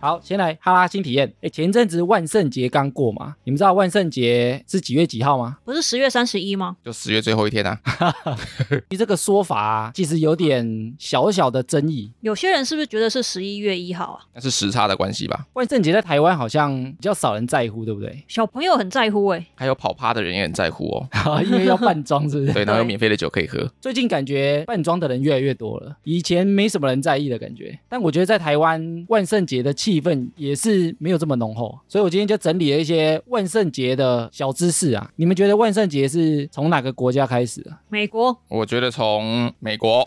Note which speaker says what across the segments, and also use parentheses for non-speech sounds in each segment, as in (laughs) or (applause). Speaker 1: 好，先来哈拉新体验。哎，前阵子万圣节刚过嘛，你们知道万圣节是几月几号吗？
Speaker 2: 不是十月三十一吗？
Speaker 3: 就十月最后一天啊， (laughs)
Speaker 1: 其实这个说法、啊、其实有点小小的争议。
Speaker 2: 有些人是不是觉得是十一月一号啊？
Speaker 3: 那是时差的关系吧？
Speaker 1: 万圣节在台湾好像比较少人在乎，对不对？ (laughs)
Speaker 2: 小朋友很在乎哎、
Speaker 3: 还有跑趴的人也很在乎哦。
Speaker 1: 啊，因为要扮装，是不是？
Speaker 3: 对，然后有免费的酒可以喝，
Speaker 1: 最近感觉扮装的人越来越多了，以前没什么人在意的感觉。但我觉得在台湾万圣节的气氛也是没有这么浓厚，所以我今天就整理了一些万圣节的小知识啊。你们觉得万圣节是从哪个国家开始的？啊
Speaker 2: 美国
Speaker 3: 我觉得从美国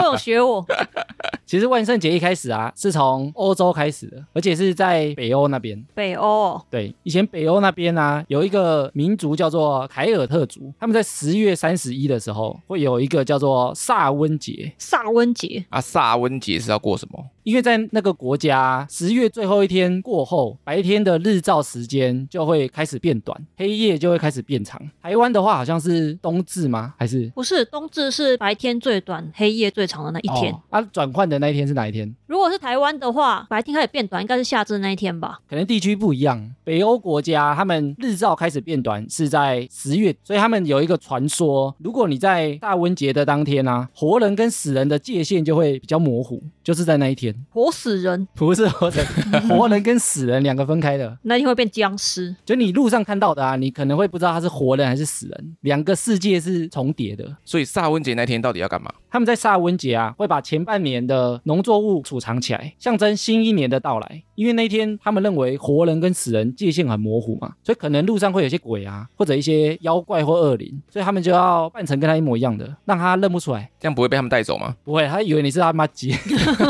Speaker 2: 都有学我， (laughs)
Speaker 1: 其实万圣节一开始啊，是从欧洲开始的，而且是在北欧那边。
Speaker 2: 北欧哦
Speaker 1: 对，以前北欧那边啊，有一个民族叫做凯尔特族，他们在十月三十一的时候会有一个叫做萨温节，
Speaker 2: 萨温节
Speaker 3: 啊，萨温节是要过什么？
Speaker 1: 因为在那个国家，十月最后一天过后，白天的日照时间就会开始变短，黑夜就会开始变长。台湾的话，好像是冬至吗？还是
Speaker 2: 不是冬至是白天最短、黑夜最长的那一天。
Speaker 1: 哦啊，转换的那一天是哪一天？
Speaker 2: 如果是台湾的话，白天开始变短，应该是夏至那一天吧？
Speaker 1: 可能地区不一样，北欧国家他们日照开始变短是在十月，所以他们有一个传说，如果你在大温节的当天啊，活人跟死人的界限就会比较模糊，就是在那一天，
Speaker 2: 活死人
Speaker 1: 不是活 (laughs) 人，活人跟死人两个分开的。
Speaker 2: 那一天会变僵尸，
Speaker 1: 就你路上看到的啊，你可能会不知道他是活人还是死人，两个世界是重叠的。
Speaker 3: 所以萨温节那天到底要干嘛？
Speaker 1: 他们在萨温节啊，会把前半年的农作物储藏起来，象征新一年的到来。因为那一天他们认为活人跟死人界限很模糊嘛，所以可能路上会有些鬼啊，或者一些妖怪或恶灵，所以他们就要扮成跟他一模一样的，让他认不出来。
Speaker 3: 这样不会被他们带走吗？
Speaker 1: 不会，他以为你是他妈鸡， (laughs)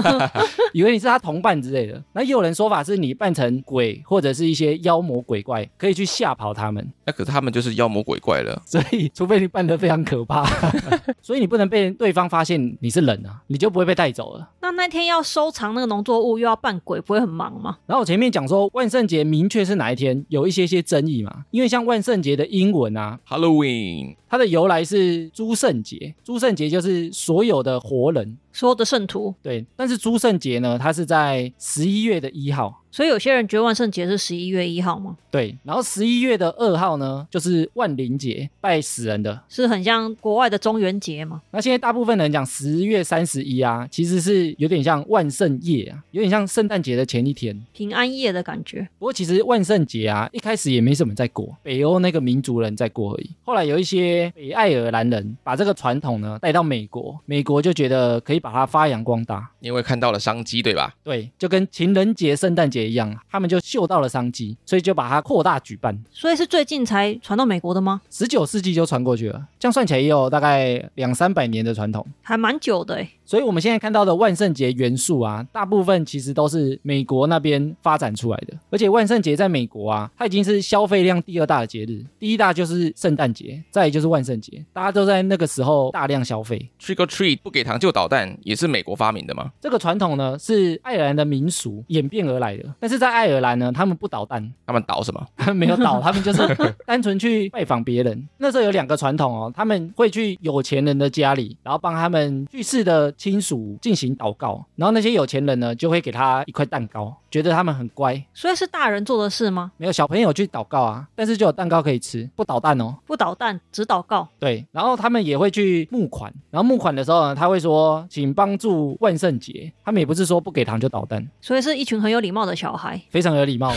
Speaker 1: 以为你是他同伴之类的。那也有人说法是你扮成鬼或者是一些妖魔鬼怪，可以去吓跑他们。
Speaker 3: 那可是他们就是妖魔鬼怪了。
Speaker 1: 所以，除非你扮得非常可怕， (laughs) 所以你不能被对方发现你是人啊，你就不会被带走了。
Speaker 2: 那那天要收藏那个农作物，又要扮鬼，不会很忙吗？
Speaker 1: 然后我前面讲说万圣节明确是哪一天，有一些些争议嘛，因为像万圣节的英文啊，
Speaker 3: Halloween
Speaker 1: 它的由来是诸圣节，诸圣节就是所有的活人。
Speaker 2: 所有的圣徒，
Speaker 1: 对，但是诸圣节呢，它是在十一月的一号，
Speaker 2: 所以有些人觉得万圣节是十一月一号吗？
Speaker 1: 对，然后十一月的二号呢，就是万灵节，拜死人的。
Speaker 2: 是很像国外的中元节吗？
Speaker 1: 那现在大部分人讲十月三十一啊，其实是有点像万圣夜啊，有点像圣诞节的前一天。
Speaker 2: 平安夜的感觉，
Speaker 1: 不过其实万圣节啊，一开始也没什么在过，北欧那个民族人在过而已。后来有一些北爱尔兰人把这个传统呢带到美国，美国就觉得可以把它发扬光大。
Speaker 3: 因为看到了商机，对吧？
Speaker 1: 对，就跟情人节、圣诞节一样，啊他们就嗅到了商机，所以就把它扩大举办。
Speaker 2: 所以是最近才传到美国的吗？
Speaker 1: 十九世纪就传过去了，这样算起来也有大概两三百年的传统。
Speaker 2: 还蛮久的欸诶。
Speaker 1: 所以我们现在看到的万圣节元素啊，大部分其实都是美国那边发展出来的。而且万圣节在美国啊，它已经是消费量第二大的节日，第一大就是圣诞节，再来就是万圣节，大家都在那个时候大量消费。
Speaker 3: Trick or treat 不给糖就捣蛋，也是美国发明的吗？
Speaker 1: 这个传统呢是爱尔兰的民俗演变而来的，但是在爱尔兰呢，他们不捣蛋，
Speaker 3: 他们捣什么？
Speaker 1: 他们 (laughs) 没有倒，他们就是单纯去拜访别人。那时候有两个传统哦，他们会去有钱人的家里，然后帮他们去世的亲属进行祷告，然后那些有钱人呢就会给他一块蛋糕，觉得他们很乖。
Speaker 2: 所以是大人做的事吗？
Speaker 1: 没有小朋友去祷告啊，但是就有蛋糕可以吃，不捣蛋哦。
Speaker 2: 不捣蛋，只祷告。
Speaker 1: 对，然后他们也会去募款，然后募款的时候呢，他会说请帮助万圣节，他们也不是说不给糖就捣蛋，
Speaker 2: 所以是一群很有礼貌的小孩，
Speaker 1: 非常有礼貌，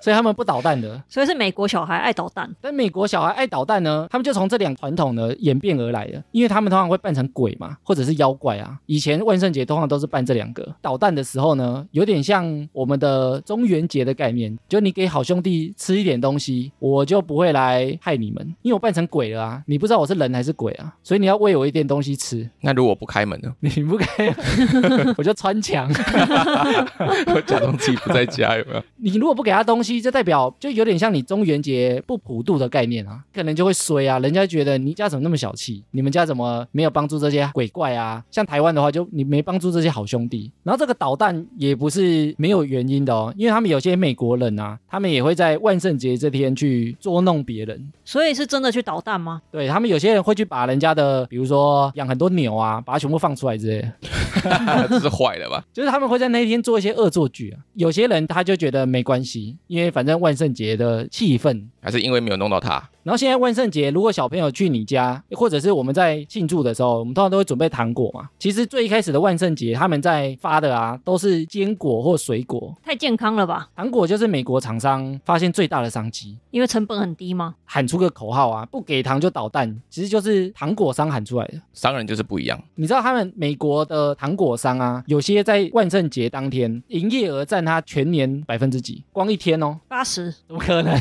Speaker 1: 所以他们不捣蛋的。
Speaker 2: 所以是美国小孩爱捣蛋，
Speaker 1: 但美国小孩爱捣蛋呢，他们就从这两传统呢演变而来的，因为他们通常会扮成鬼嘛，或者是妖怪啊。以前万圣节通常都是扮这两个。捣蛋的时候呢，有点像我们的中元节的概念，就你给好兄弟吃一点东西，我就不会来害你们，因为我扮成鬼了啊，你不知道我是人还是鬼啊，所以你要喂我一点东西吃，？
Speaker 3: 那如果不开门呢 (laughs)
Speaker 1: 你不可以， (laughs) 我就穿墙。
Speaker 3: 我假装自己不在家，有没 (laughs) 有？
Speaker 1: 你如果不给他东西，就代表就有点像你中元节不普渡的概念啊，可能就会衰啊，人家觉得你家怎么那么小气，你们家怎么没有帮助这些鬼怪啊？像台湾的话，就你没帮助这些好兄弟。然后这个捣蛋也不是没有原因的哦，因为他们有些美国人啊，他们也会在万圣节这天去捉弄别人，
Speaker 2: 所以是真的去捣蛋吗？
Speaker 1: 对他们有些人会去把人家的，比如说养很多牛啊，把它全部放出来之类的，
Speaker 3: 这是坏了吧？
Speaker 1: 就是他们会在那一天做一些恶作剧啊。有些人他就觉得没关系，因为反正万圣节的气氛。
Speaker 3: 还是因为没有弄到他？
Speaker 1: 然后现在万圣节，如果小朋友去你家，或者是我们在庆祝的时候，我们通常都会准备糖果嘛。其实最一开始的万圣节，他们在发的啊，都是坚果或水果，
Speaker 2: 太健康了吧？
Speaker 1: 糖果就是美国厂商发现最大的商机。
Speaker 2: 因为成本很低吗？
Speaker 1: 喊出个口号啊，不给糖就捣蛋，其实就是糖果商喊出来的。
Speaker 3: 商人就是不一样， (laughs)
Speaker 1: 你知道他们美国的糖果商啊，有些在万圣节当天营业额占他全年百分之几，光一天哦，
Speaker 2: 八十，
Speaker 1: 怎么可能？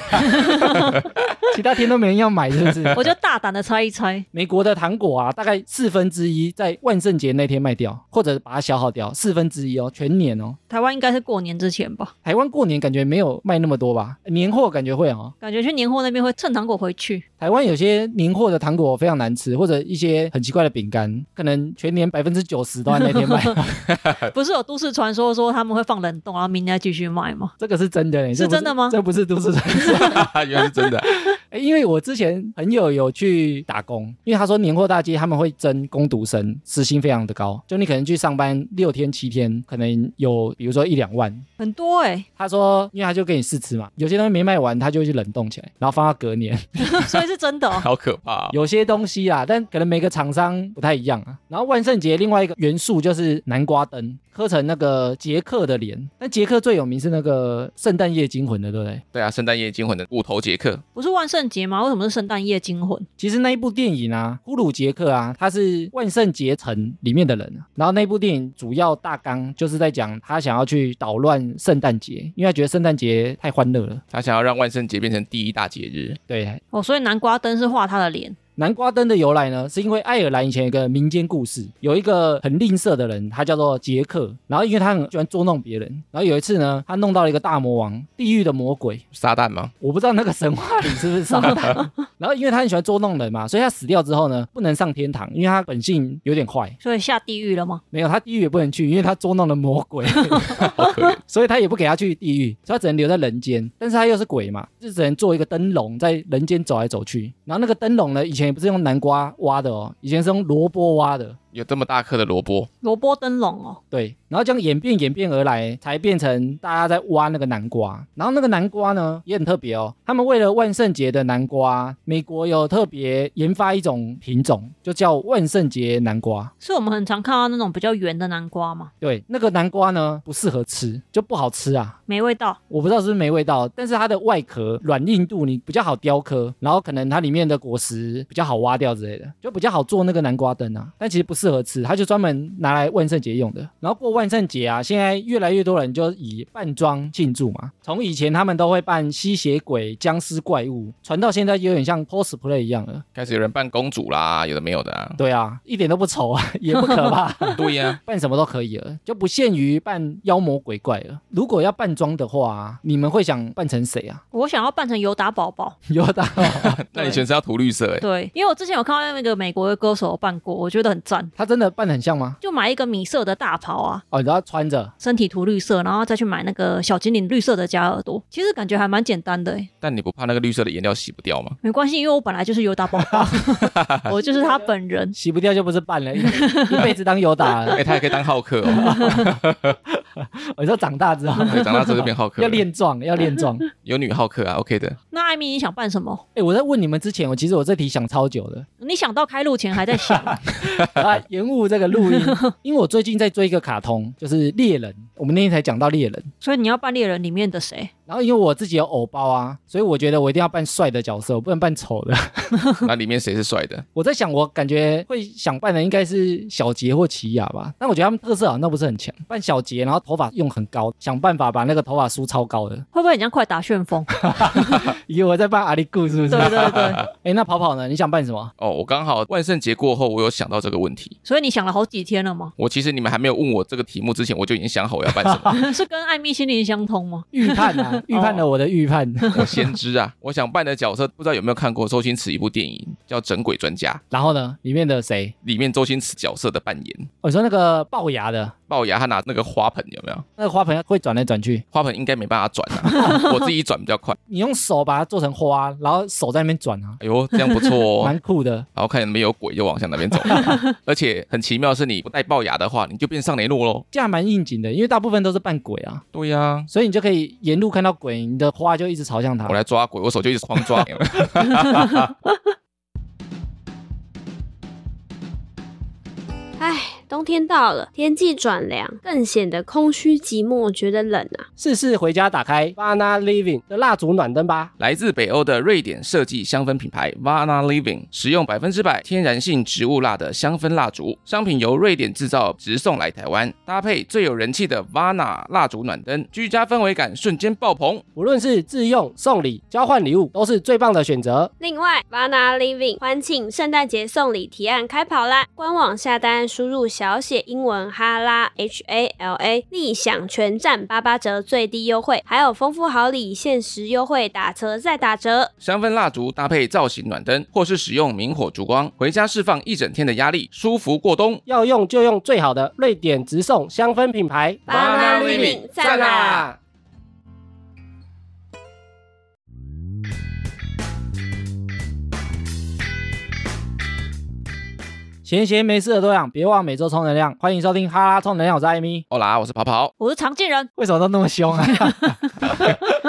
Speaker 1: 其他天都没人要买，是不是？
Speaker 2: 我就大胆的猜一猜，
Speaker 1: 美国的糖果啊，大概四分之一在万圣节那天卖掉，或者把它消耗掉，四分之一哦，全年哦。
Speaker 2: 台湾应该是过年之前吧？
Speaker 1: 台湾过年感觉没有卖那么多吧，年货感觉会哦。
Speaker 2: 感觉去年货那边会趁糖果回去，
Speaker 1: 台湾有些年货的糖果非常难吃，或者一些很奇怪的饼干，可能全年百分之九十都在那
Speaker 2: (laughs)
Speaker 1: 天卖，
Speaker 2: 不是有都市传说说他们会放冷冻，然后明天再继续卖吗？
Speaker 1: 这个是真的嘞，这
Speaker 2: 是
Speaker 1: 不
Speaker 2: 真的吗
Speaker 1: 这不是都市传说。 (laughs)
Speaker 3: 原来是真的。
Speaker 1: 欸因为我之前朋友有去打工，因为他说年货大街他们会征工读生，时薪非常的高，就你可能去上班六天七天，可能有比如说一两万。
Speaker 2: 很多哎、
Speaker 1: 他说，因为他就给你试吃嘛，有些东西没卖完，他就会去冷冻起来，然后放到隔年。
Speaker 2: 所以是真的、
Speaker 3: (laughs)
Speaker 2: 哦。
Speaker 3: 好可怕、哦！
Speaker 1: 有些东西啊，但可能每个厂商不太一样啊。然后万圣节另外一个元素就是南瓜灯，刻成那个杰克的脸。但杰克最有名是那个圣诞夜惊魂的，对不对？
Speaker 3: 对啊，圣诞夜惊魂的五头杰克，
Speaker 2: 不是万圣节吗？为什么是圣诞夜惊魂？
Speaker 1: 其实那一部电影啊，《呼鲁杰克》啊，他是万圣节城里面的人啊、然后那部电影主要大纲就是在讲他想要去捣乱圣诞节，因为他觉得圣诞节太欢乐了。
Speaker 3: 他想要让万圣节变成第一大节日。
Speaker 1: 对，
Speaker 2: 哦，所以南瓜灯是画他的脸，
Speaker 1: 南瓜灯的由来呢，是因为爱尔兰以前有一个民间故事，有一个很吝啬的人，他叫做杰克，然后因为他很喜欢捉弄别人，然后有一次呢，他弄到了一个大魔王，地狱的魔鬼，
Speaker 3: 撒旦吗？
Speaker 1: 我不知道那个神话里是不是撒旦。然后因为他很 (laughs) 喜欢捉弄人嘛，所以他死掉之后呢，不能上天堂，因为他本性有点坏。
Speaker 2: 所以下地狱了吗？
Speaker 1: 没有，他地狱也不能去，因为他捉弄了魔鬼，
Speaker 3: (laughs) 好可怜。
Speaker 1: 所以他也不给他去地狱，所以他只能留在人间。但是他又是鬼嘛，就只能做一个灯笼，在人间走来走去。然后那个灯笼呢，以前也不是用南瓜挖的哦，以前是用萝卜挖的。
Speaker 3: 有这么大颗的萝卜，
Speaker 2: 萝卜灯笼哦，
Speaker 1: 对，然后这样演变演变而来，才变成大家在挖那个南瓜。然后那个南瓜呢也很特别哦，他们为了万圣节的南瓜，美国有特别研发一种品种，就叫万圣节南瓜。
Speaker 2: 是我们很常看到那种比较圆的南瓜嘛，
Speaker 1: 对，那个南瓜呢不适合吃，就不好吃啊。
Speaker 2: 没味道。
Speaker 1: 我不知道是不是没味道，但是它的外壳软硬度你比较好雕刻，然后可能它里面的果实比较好挖掉之类的，就比较好做那个南瓜灯啊。但其实不适合吃，它就专门拿来万圣节用的。然后过万圣节啊，现在越来越多人就以扮装庆祝嘛。从以前他们都会扮吸血鬼、僵尸、怪物，传到现在有点像 cosplay 一样了。
Speaker 3: 开始有人扮公主啦，有的没有的啊。
Speaker 1: 对啊，一点都不丑啊，也不可怕。 (laughs)
Speaker 3: 对呀、
Speaker 1: 扮什么都可以了，就不限于扮妖魔鬼怪了。如果要扮装的话、啊，你们会想扮成谁啊？ (laughs)
Speaker 2: 我想要扮成尤达宝宝，
Speaker 1: 有的。
Speaker 3: 那你全身要涂绿色哎、
Speaker 2: 对，因为我之前有看到那个美国的歌手有扮过，我觉得很赞，
Speaker 1: 他真的扮得很像吗？
Speaker 2: 就买一个米色的大袍啊，
Speaker 1: 哦，你知道他穿着，
Speaker 2: 身体涂绿色，然后再去买那个小精灵绿色的假耳朵，其实感觉还蛮简单的诶，欸
Speaker 3: 但你不怕那个绿色的颜料洗不掉吗？
Speaker 2: 没关系，因为我本来就是尤达宝宝，我就是他本人。
Speaker 1: 洗不掉就不是扮了，一 (laughs) 一辈子当友打了。哦
Speaker 3: 哎、他也可以当浩克哦，
Speaker 1: 我说长大之后
Speaker 3: 对长大之后就变浩克了
Speaker 1: 要练壮，要练壮。
Speaker 3: 有女浩克啊，OK 的。
Speaker 2: 那艾米，你想扮什么？
Speaker 1: 哎、我在问你们之前，我其实我这题想超久的， (laughs)
Speaker 2: 你想到开录前还在想，
Speaker 1: 啊，延误这个录音，因为我最近在追一个卡通，就是猎人。我们那天才讲到猎人，
Speaker 2: 所以你要扮猎人里面的谁？
Speaker 1: 然后因为我自己有偶包啊，所以我觉得我一定要扮帅的角色，我不能扮丑的。 (laughs)
Speaker 3: 那里面谁是帅的？
Speaker 1: 我在想，我感觉会想扮的应该是小杰或奇亚吧，但我觉得他们特色好像都不是很强。扮小杰，然后头发用很高，想办法把那个头发梳超高的。
Speaker 2: 会不会很像快打旋风？
Speaker 1: 以为我在扮阿里固是不是？
Speaker 2: 对
Speaker 1: (laughs)
Speaker 2: 对对，
Speaker 1: 哎，那跑跑呢？你想扮什
Speaker 4: (laughs)
Speaker 1: 么？
Speaker 3: 哦，我刚好万圣节过后，我有想到这个问题。
Speaker 2: 所以你想了好几天了吗？ (laughs)
Speaker 3: 我其实你们还没有问我这个题目之前，我就已经想好我要扮
Speaker 1: (laughs)
Speaker 3: 什么。
Speaker 2: 是跟艾米心灵相通吗？
Speaker 1: 预判啊，预判了我的预判。
Speaker 4: 哦
Speaker 1: (laughs)
Speaker 3: 我先知啊，我想扮的角色，不知道有没有看过周星驰一部电影叫《整鬼专家
Speaker 1: 然后呢，里面的谁？》，哦
Speaker 3: 里面周星驰角色的扮演，
Speaker 1: 我、你说那个龅牙的，
Speaker 3: 龅牙，他拿那个花盆有没有？
Speaker 1: 那个花盆会转来转去，
Speaker 3: 花盆应该没办法转啊，我 (laughs) 自己转比较快。
Speaker 1: 你用手把它做成花，然后手在那边转啊，
Speaker 3: 哎呦，这样不错哦
Speaker 1: 蛮。酷的。
Speaker 3: 然后看有没有鬼，就往向那边走。而且很奇妙的是，你不戴龅牙的话，你就变上雷诺喽。
Speaker 1: 这样蛮应景的，因为大部分都是扮鬼啊，
Speaker 3: 对呀、
Speaker 1: 所以你就可以沿路看到鬼，你的花就一直朝向它
Speaker 3: 我。来抓鬼，我手就一直狂抓。 (laughs) 有没有
Speaker 5: 唉，冬天到了，天气转凉，更显得空虚寂寞，觉得冷啊。
Speaker 1: 试试回家打开
Speaker 4: Vana Living 的蜡烛暖灯吧。
Speaker 3: 来自北欧的瑞典设计香氛品牌 Vana Living，使用百分之百天然性植物蜡的香氛蜡烛，商品由瑞典制造，直送来台湾，搭配最有人气的 Vana 蜡烛暖灯，居家氛围感瞬间爆棚。
Speaker 4: 无论是自用、送礼、交换礼物，都是最棒的选择。
Speaker 5: 另外，Vana Living 欢庆圣诞节送礼提案开跑啦！官网下单输入小写英文哈拉 H A L A，立享全站八八折最低优惠，还有丰富好礼、限时优惠，打折再打折。
Speaker 3: 香氛蜡烛搭配造型暖灯，或是使用明火烛光，回家释放一整天的压力，舒服过冬。
Speaker 4: 要用就用最好的瑞典直送香氛品牌。
Speaker 5: Vana Living 赞啦！
Speaker 1: 闲闲没事的多养，别忘每周充能量。欢迎收听哈拉充能量，我是艾米。
Speaker 3: 欧啦，我是跑跑，
Speaker 2: 我是常见人，
Speaker 1: 为什么都那么凶啊？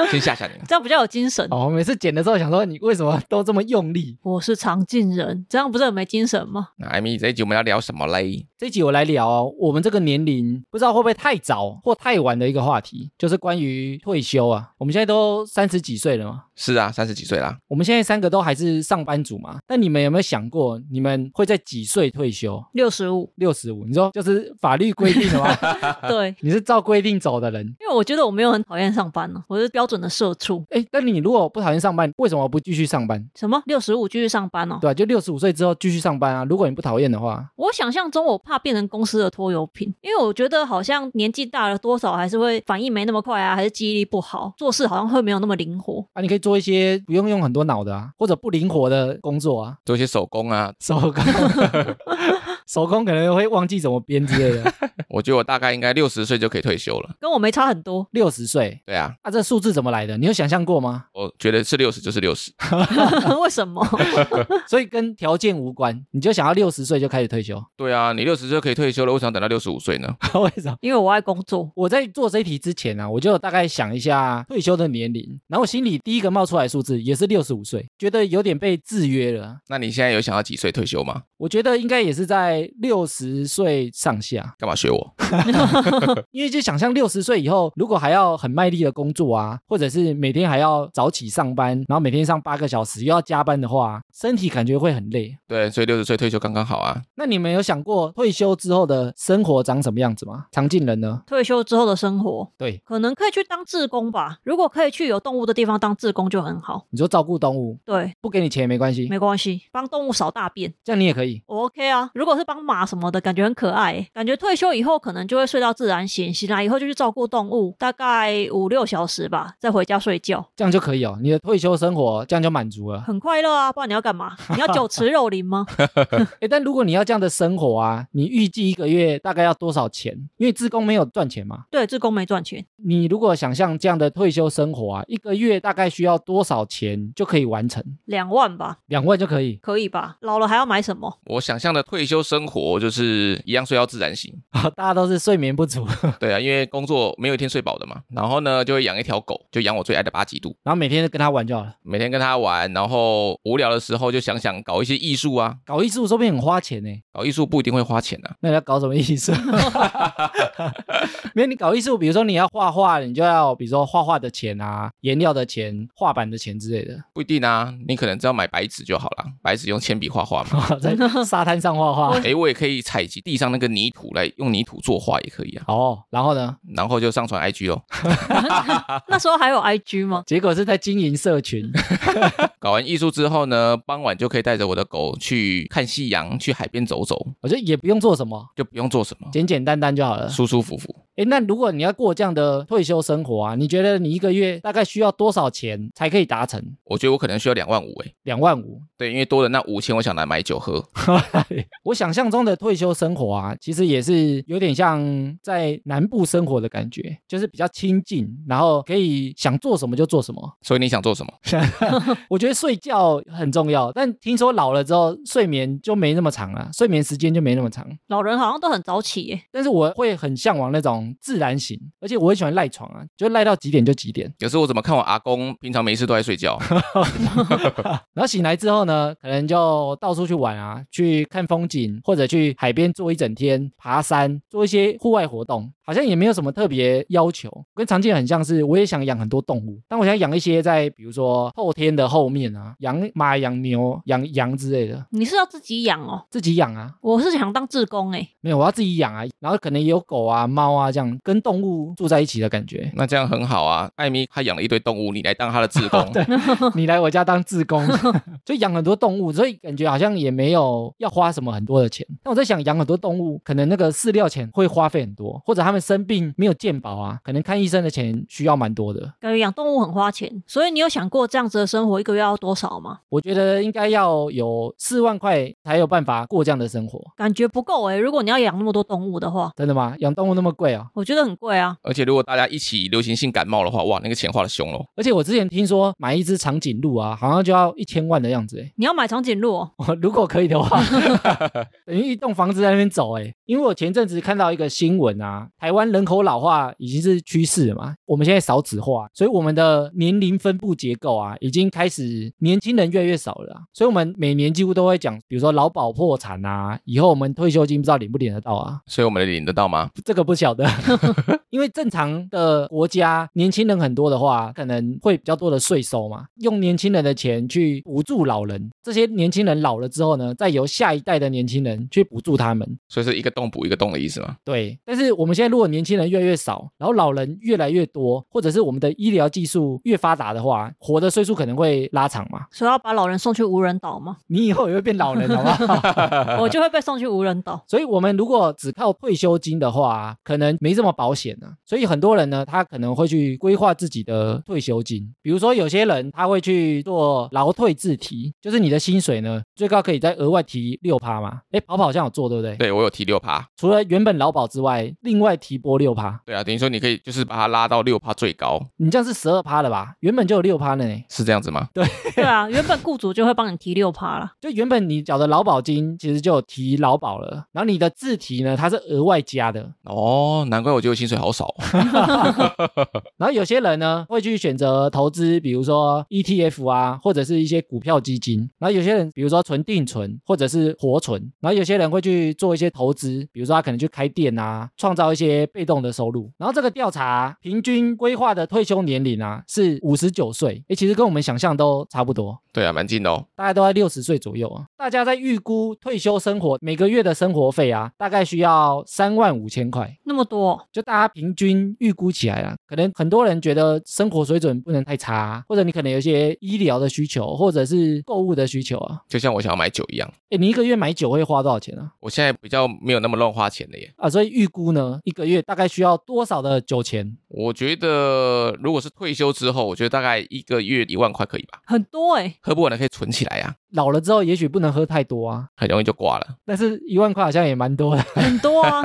Speaker 3: 先吓吓你们。
Speaker 2: 这样比较有精神。
Speaker 1: 哦，我每次剪的时候想说你为什么都这么用力？
Speaker 2: 我是常进人，这样不是很没精神吗？
Speaker 3: 那艾米，这一集我们要聊什么嘞？
Speaker 1: 这一集我来聊哦，我们这个年龄不知道会不会太早或太晚的一个话题，就是关于退休啊。我们现在都三十几岁了嘛，
Speaker 3: 是啊，三十几岁啦，
Speaker 1: 我们现在三个都还是上班族嘛。那你们有没有想过，你们会在几岁退休？
Speaker 2: 六十
Speaker 1: (laughs)
Speaker 2: 五，
Speaker 1: 六十五？你说就是法律规定的吗？
Speaker 2: 对，
Speaker 1: 你是照规定走的人。
Speaker 2: 因为我觉得我没有很讨厌上班啊呢、我是标准的社畜。
Speaker 1: 哎，那你如果不讨厌上班，为什么不继续上班？
Speaker 2: 什么六十五继续上班哦？
Speaker 1: 对吧、啊就六十五岁之后继续上班啊。如果你不讨厌的话，
Speaker 2: 我想象中我怕变成公司的拖油瓶，因为我觉得好像年纪大了多少还是会反应没那么快啊，还是记忆力不好，做事好像会没有那么灵活。
Speaker 1: 啊，你可以做一些不用用很多脑的啊，或者不灵活的工作啊， (laughs)
Speaker 3: 做一些手工啊。
Speaker 1: 手 (laughs) 工，手工可能会忘记怎么编之类的。
Speaker 3: 我觉得我大概应该六十岁就可以退休了。
Speaker 2: 跟我没差很多， (laughs)
Speaker 1: 六十岁
Speaker 3: 对啊，
Speaker 1: 啊，这数字怎么来的？你有想象过吗？
Speaker 3: 我觉得是六十就是六十。
Speaker 2: 为
Speaker 1: (laughs)
Speaker 2: 什么？
Speaker 1: 所以跟条件无关，你就想要六十岁就开始退休？
Speaker 3: 对啊，你六十岁可以退休了，为什么要等到六十五岁呢？
Speaker 1: (laughs) 为什么？
Speaker 2: 因为我爱工作。
Speaker 1: 我在做这一题之前啊，我就大概想一下退休的年龄，然后我心里第一个冒出来的数字也是六十五岁，觉得有点被制约了啊。
Speaker 3: 那你现在有想要几岁退休吗？
Speaker 1: 我觉得应该也是在六十岁上下，
Speaker 3: 干嘛学我？
Speaker 1: 因为就想象六十岁以后，如果还要很卖力的工作啊，或者是每天还要早起上班，然后每天上八个小时又要加班的话，身体感觉会很累。
Speaker 3: 对，所以六十岁退休刚刚好啊。
Speaker 1: 那你们有想过退休之后的生活长什么样子吗？常进人呢？
Speaker 2: 退休之后的生活，
Speaker 1: 对，
Speaker 2: 可能可以去当志工吧。如果可以去有动物的地方当志工就很好。
Speaker 1: 你说照顾动物，
Speaker 2: 对，
Speaker 1: 不给你钱也没关系，
Speaker 2: 没关系，帮动物扫大便，
Speaker 1: 这样你也可以。
Speaker 2: 我 OK 啊。如果是帮马什么的，感觉很可爱欸。感觉退休以后可能就会睡到自然醒，醒来以后就去照顾动物，大概五六小时吧，再回家睡觉，
Speaker 1: 这样就可以哦，你的退休生活这样就满足
Speaker 2: (laughs)
Speaker 1: 了。
Speaker 2: 很快乐啊。不然你要干嘛？ (laughs) 你要酒池肉林吗？ (laughs)
Speaker 1: 诶，但如果你要这样的生活啊，你预计一个月大概要多少钱？因为自工没有赚钱嘛，
Speaker 2: 对，志工没赚钱，
Speaker 1: 你如果想象这样的退休生活啊，一个月大概需要多少钱就可以完成？
Speaker 2: 两万吧，
Speaker 1: 两万就可以 (laughs)
Speaker 2: 可以吧？老了还要买什么？ (laughs)
Speaker 3: 我想象的退休生活就是一样睡到自然醒。
Speaker 1: 啊！大家都是睡眠不足，
Speaker 3: 对啊，因为工作没有一天睡饱的嘛。然后呢，就会养一条狗，就养我最爱的巴吉度，
Speaker 1: 然后每天跟他玩就好了。
Speaker 3: 每天跟它玩，然后无聊的时候就想想搞一些艺术啊。
Speaker 1: 搞艺术说不定很花钱呢，
Speaker 3: 搞艺术不一定会花钱啊。
Speaker 1: 那你要搞什么艺术？ (laughs) 没有，你搞艺术，比如说你要画画，你就要比如说画画的钱啊、颜料的钱、画板的钱之类的， (laughs)
Speaker 3: 不一定啊，你可能只要买白纸就好了，白纸用铅笔画画嘛。
Speaker 1: (laughs) 哇在沙滩上画画。
Speaker 3: 诶，我也可以采集地上那个泥土来用泥土作画，也可以啊。
Speaker 1: 哦，然后呢？
Speaker 3: 然后就上传哦 IG 咯。
Speaker 2: 那时候还有 IG 吗？
Speaker 1: 结果是在经营社群，
Speaker 3: 搞完艺术之后呢，傍晚就可以带着我的狗去看夕阳，去海边走走，
Speaker 1: 我觉得也不用做什么，
Speaker 3: 就不用做什么，
Speaker 1: 简简单单就好了。
Speaker 3: 舒舒服服。
Speaker 1: 诶，那如果你要过这样的退休生活啊，你觉得你一个月大概需要多少钱才可以达成？
Speaker 3: 我觉得我可能需要两万五诶。
Speaker 1: 两万五，
Speaker 3: 对，因为多的那五千，我想来买酒喝。
Speaker 1: 我想象中的退休生活啊，其实也是有点像在南部生活的感觉，就是比较亲近，然后可以想做什么就做什么。
Speaker 3: 所以你想做什么？
Speaker 1: 我觉得睡觉很重要，但听说老了之后睡眠就没那么长了，睡眠时间就没那么长。
Speaker 2: 老人好像都很早起耶，
Speaker 1: 但是我会很向往那种自然醒，而且我很喜欢赖床啊，就赖到几点就几点，
Speaker 3: 有时候我怎么看我阿公平常没事都在睡觉，
Speaker 1: 然后醒来之后呢，可能就到处去玩啊，去看风景，或者去海边坐一整天，爬山，做一些户外活动，好像也没有什么特别要求。跟常见很像是，我也想养很多动物，但我想养一些在比如说后天的后面啊，养马、养牛、养羊之类的，
Speaker 2: 你是要自己养哦？
Speaker 1: 自己养啊，
Speaker 2: 我是想当志工哎，
Speaker 1: 没有，我要自己养啊，然后可能也有狗啊、猫啊这样，跟动物住在一起的感觉。
Speaker 3: 那这样很好啊。艾米她养了一堆动物，你来当她的志工，
Speaker 1: 对你来我家当志工，就养很多动物，所以感觉好像也没有要花什么很多的钱。但我在想，养很多动物，可能那个饲料钱会花费很多，或者他们生病没有健保啊，可能看医生的钱需要蛮多的。
Speaker 2: 感觉养动物很花钱，所以你有想过这样子的生活一个月要多少吗？
Speaker 1: 我觉得应该要有四万块才有办法过这样的生活。
Speaker 2: 感觉不够哎，如果你要养那么多动物的话，
Speaker 1: 真的吗？养动物那么贵啊？
Speaker 2: 我觉得很贵啊。
Speaker 3: 而且如果大家一起流行性感冒的话，哇，那个钱花的凶咯。
Speaker 1: 而且我之前听说买一只长颈鹿啊，好像就要一千万的样子欸诶。
Speaker 2: 你要买长颈鹿、哦，
Speaker 1: 我如果可以的话， (laughs) 等于一栋房子在那边走哎、欸，因为我前阵子看到一个新闻啊，台湾人口老化已经是趋势了嘛，我们现在少子化，所以我们的年龄分布结构啊，已经开始年轻人越来越少了啊、所以我们每年几乎都会讲，比如说劳保破产啊，以后我们退休金不知道领不领得到啊，
Speaker 3: 所以我们领得到吗？
Speaker 1: 这个不晓得， (laughs) 因为正常的国家年轻人很多的话，可能会比较多的税收嘛，用年轻人的钱去补助老人，这些年轻人老了之后呢，再由下一代的年轻人去补助他们。
Speaker 3: 所以是一个洞补一个洞的意思吗？
Speaker 1: 对，但是我们现在如果年轻人越来越少，然后老人越来越多，或者是我们的医疗技术越发达的话，活的岁数可能会拉长嘛。
Speaker 2: 所以要把老人送去无人
Speaker 1: (laughs)
Speaker 2: 岛吗？
Speaker 1: 你以后也会变老人，好不好？
Speaker 2: 我就会被送去无人岛。
Speaker 1: 所以，我们如果只靠退休金的话，可能没这么保险呢、啊。所以，很多人呢，他可能会去规划自己的退休金。比如说，有些人他会去做劳退自提，就是你的薪水呢，最高可以再额外提六趴嘛。哎，跑跑好像有做，对不对？
Speaker 3: 对我有提六趴，
Speaker 1: 除了原本劳保之外，另外提拨六趴，
Speaker 3: 对啊，等于说你可以就是把它拉到六趴最高，
Speaker 1: 你这样是十二趴了吧？原本就有六趴了呢。
Speaker 3: 是这样子吗？
Speaker 2: 对啊，原本雇主就会帮你提六趴啦。
Speaker 1: 就原本你缴的劳保金其实就有提劳保了，然后你的自提呢，它是额外加的。
Speaker 3: 哦，难怪我觉得我薪水好少 (laughs) 哦、
Speaker 1: 然后有些人呢会去选择投资，比如说 ETF 啊，或者是一些股票基金。然后有些人比如说存定存或者是活存。然后有些人会去做一些投资，比如说他可能去开店啊，创造一些被动的收入。然后这个调查平均规划的退休年龄啊是五十九岁，诶，其实跟我们想象都差不多。
Speaker 3: 对啊，蛮近的哦。
Speaker 1: 大概都在六十岁左右啊。大家在预估退休生活每个月的生活费啊，大概需要三万五千块，
Speaker 2: 那么多，
Speaker 1: 就大家平均预估起来啊，可能很多人觉得生活水准不能太差啊，或者你可能有一些医疗的需求，或者是购物的需求啊。
Speaker 3: 就像我想要买酒一样，
Speaker 1: 诶，你一个月买酒会花多少钱啊？
Speaker 3: 我现在比较没有那么乱花钱了耶。
Speaker 1: 啊，所以预估呢，一个月大概需要多少的酒钱？
Speaker 3: 我觉得如果是退休之后，我觉得大概一个月一万块可以吧，
Speaker 2: 很多哎、
Speaker 3: 喝不完的可以存起来啊，
Speaker 1: 老了之后也许不能喝太多啊，
Speaker 3: 很容易就挂了。 (laughs)
Speaker 1: 但是一万块好像也蛮多的。 (laughs)
Speaker 2: 很多啊。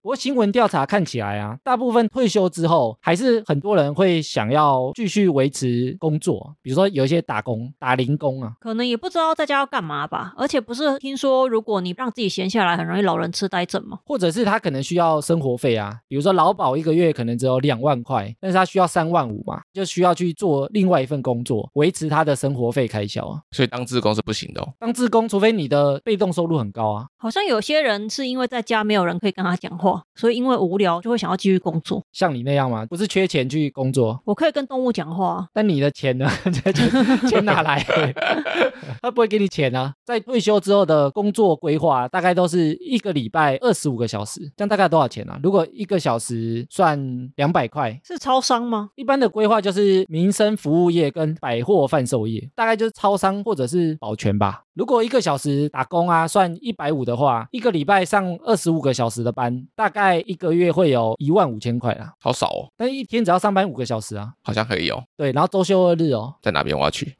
Speaker 1: 不过新闻调查看起来啊，大部分退休之后，还是很多人会想要继续维持工作，比如说有一些打工、打零工啊。
Speaker 2: 可能也不知道在家要干嘛吧，而且不是听说如果你让自己闲下来，很容易老人痴呆症吗？
Speaker 1: 或者是他可能需要生活费啊，比如说劳保一个月可能只有两万块，但是他需要三万五嘛，就需要去做另外一份工作，维持他的生活费开销啊。
Speaker 3: 所以当志工是不行的哦。
Speaker 1: 当志工，除非你的被动收入很高啊，
Speaker 2: 好像有些人是因为在家没有人可以跟他讲话，所以因为无聊就会想要继续工作。
Speaker 1: 像你那样嘛，不是缺钱去工作，
Speaker 2: 我可以跟动物讲话，啊
Speaker 1: 但你的钱呢？ (laughs) 钱钱哪来？他不会给你钱啊。在退休之后的工作规划，啊大概都是一个礼拜二十五个小时，这样大概多少钱啊？如果一个小时算两百块，
Speaker 2: 是超商吗？
Speaker 1: 一般的规划就是民生服务业跟百货贩售业，大概就是超商或者是保全吧。如果一个小时打工啊，算一百五的话，一个礼拜上二十五个小时的班，大概一个月会有一万五千块啦。
Speaker 3: 好少哦，
Speaker 1: 但一天只要上班五个小时啊，
Speaker 3: 好像可以哦，
Speaker 1: 对，然后周休二日哦， (laughs)
Speaker 3: 在哪边我要去？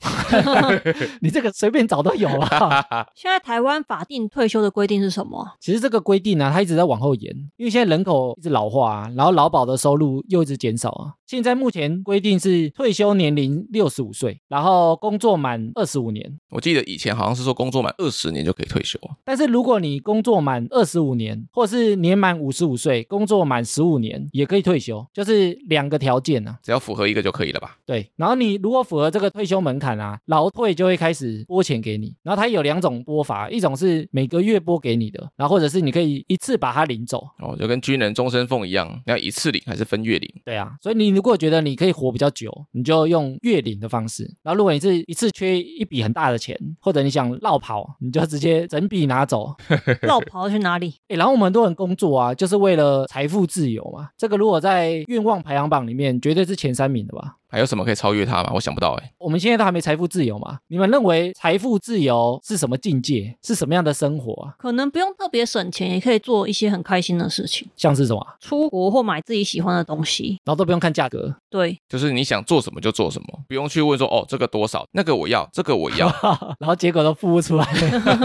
Speaker 1: 你这个随便找都有啊。
Speaker 2: 现在台湾法定退休的规定是什
Speaker 1: (laughs)
Speaker 2: 么？
Speaker 1: 其实这个规定呢、啊，它一直在往后延，因为现在人口一直老化啊，然后劳保的收入又一直减少啊。现在目前规定是退休年龄六十五岁，然后工作满二十五年。
Speaker 3: (laughs) 我记得以前好像是说工作满二十年就可以退休啊，
Speaker 1: 但是如果你工作满二十五年，或是年满五十五岁，工作满十五年，也可以退休，就是两个条件啊。
Speaker 3: 只要符合一个就可以了吧？
Speaker 1: 对，然后你如果符合这个退休门槛啊，劳退就会开始拨钱给你。然后它有两种拨法，一种是每个月拨给你的，然后或者是你可以一次把它领走。
Speaker 3: 哦，就跟军人终身俸一样，要一次领还是分月领？
Speaker 1: 对啊，所以你如果觉得你可以活比较久，你就用月领的方式。然后如果你是一次缺一笔很大的钱，或者你想绕跑，你就直接整笔拿走。
Speaker 2: 绕跑去哪里？
Speaker 1: 欸诶，然后我们很多人工作啊，就是为了财富自由嘛。这个如果在愿望排行榜里面，绝对是前三名的吧。
Speaker 3: 还有什么可以超越它吗？我想不到哎、
Speaker 1: 我们现在都还没财富自由嘛？你们认为财富自由是什么境界？是什么样的生活啊？
Speaker 2: 可能不用特别省钱，也可以做一些很开心的事情，
Speaker 1: 像是什么啊？
Speaker 2: 出国或买自己喜欢的东西。
Speaker 1: 然后都不用看价格， (laughs)
Speaker 2: 对，
Speaker 3: 就是你想做什么就做什么，不用去问说哦这个多少，那个我要，这个我要，
Speaker 1: (laughs) 然后结果都付不出来。 (laughs)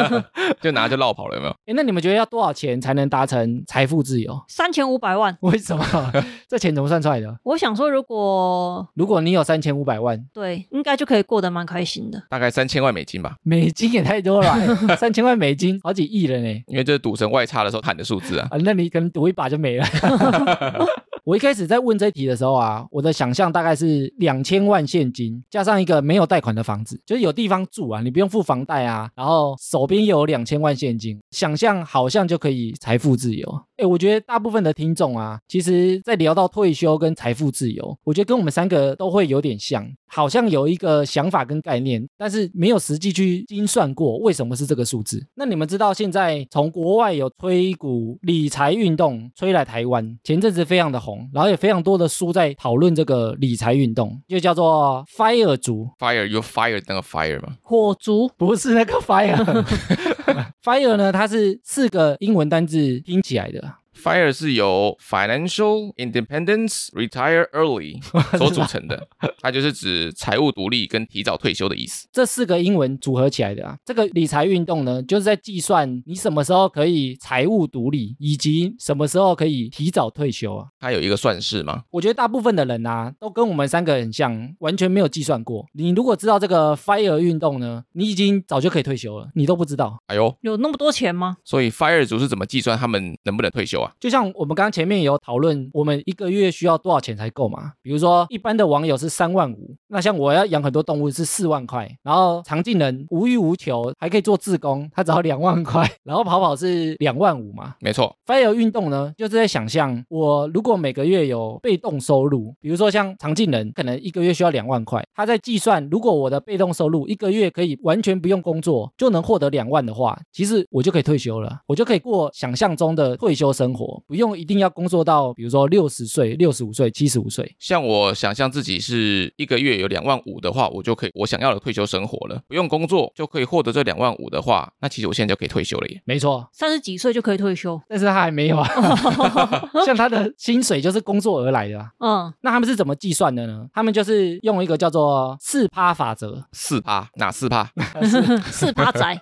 Speaker 3: 就拿就绕跑了，有没有？
Speaker 1: 哎，那你们觉得要多少钱才能达成财富自由？ (laughs)
Speaker 2: 三千五百万。
Speaker 1: 为什么？ (laughs) 这钱怎么算出来的？
Speaker 2: 我想说，如果
Speaker 1: 如果你有三千五百万
Speaker 2: 对，应该就可以过得蛮开心的。
Speaker 3: 大概三千万美金吧，
Speaker 1: 美金也太多了，三千万美金好几亿了呢。
Speaker 3: 因为这是赌神外差的时候喊的数字啊。
Speaker 1: 啊，那你可能赌一把就没了。我一开始在问这一题的时候啊，我的想象大概是两千万现金加上一个没有贷款的房子，就是有地方住啊，你不用付房贷啊，然后手边又有两千万现金，想象好像就可以财富自由。哎，我觉得大部分的听众啊，其实在聊到退休跟财富自由，我觉得跟我们三个都会有点像，好像有一个想法跟概念，但是没有实际去精算过为什么是这个数字。那你们知道现在从国外有推股理财运动吹来台湾，前阵子非常的红，然后也非常多的书在讨论这个理财运动，就叫做 FIRE 族，
Speaker 3: Fire you fire 那个 fire 嘛，
Speaker 2: 火烛
Speaker 1: 不是那个 FIRE。FIRE 呢，它是四个英文单字拼起来的，
Speaker 3: Fire 是由 financial independence retire early 所组成的，它就是指财务独立跟提早退休的意思。
Speaker 1: 这四个英文组合起来的啊。这个理财运动呢，就是在计算你什么时候可以财务独立，以及什么时候可以提早退休啊。
Speaker 3: 它有一个算式吗？
Speaker 1: 我觉得大部分的人啊，都跟我们三个很像，完全没有计算过。你如果知道这个 FIRE E 运动呢，你已经早就可以退休了，你都不知道。
Speaker 3: 哎呦，
Speaker 2: 有那么多钱吗？
Speaker 3: 所以 Fire 族是怎么计算他们能不能退休啊？
Speaker 1: 就像我们刚刚前面有讨论，我们一个月需要多少钱才够嘛？比如说一般的网友是三万五，那像我要养很多动物是四万块，然后常进人无欲无求，还可以做志工，他只要两万块，然后跑跑是两万五嘛。
Speaker 3: 没错，
Speaker 1: Fire 运动呢，就是在想象我如果每个月有被动收入，比如说像常进人，可能一个月需要两万块，他在计算如果我的被动收入一个月可以完全不用工作就能获得两万的话，其实我就可以退休了，我就可以过想象中的退休生活，不用一定要工作到比如说六十岁、六十五岁、七十五岁。
Speaker 3: 像我想象自己是一个月有两万五的话，我就可以我想要的退休生活了，不用工作就可以获得这两万五的话，那其实我现在就可以退休了耶。
Speaker 1: 没错，
Speaker 2: 三十几岁就可以退休？
Speaker 1: 但是他还没有啊，像他的薪水就是工作而来的、啊。
Speaker 2: 嗯，
Speaker 1: 那他们是怎么计算的呢？他们就是用一个叫做四趴法则，
Speaker 3: 四趴哪四趴？
Speaker 2: 四趴仔，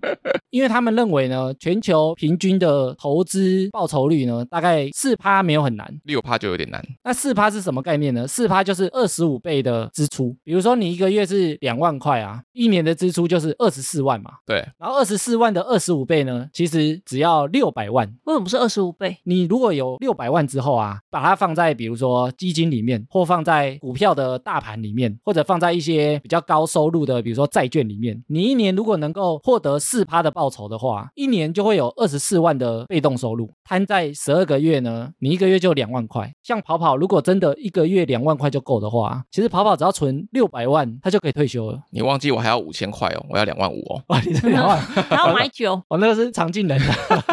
Speaker 1: 因为他们认为呢，全球平均的投资报酬率呢，大概四趴没有很难。
Speaker 3: 六趴就有点难。
Speaker 1: 那四趴是什么概念呢？四趴就是二十五倍的支出，比如说你一个月是两万块啊，一年的支出就是二十四万嘛。
Speaker 3: 对，
Speaker 1: 然后二十四万的二十五倍呢，其实只要六百万。
Speaker 2: (laughs) 为什么是二十五倍？
Speaker 1: 你如果有六百万之后啊，把它放在比如说基金里面，或放在股票的大盘里面，或者放在一些比较高收入的，比如说债券里面，你一年如果能够获得四趴的报酬的话，一年就会有二十四万的被动收入，摊在十二个月呢，你一个月就两万块。像跑跑，如果真的一个月两万块就够的话，其实跑跑只要存六百万，他就可以退休了。 (laughs)
Speaker 3: 你忘记我还要五千块哦，我要两万五哦。
Speaker 1: 哇，你这两万，，
Speaker 2: 然后买酒
Speaker 1: 哦，那个是常进人的。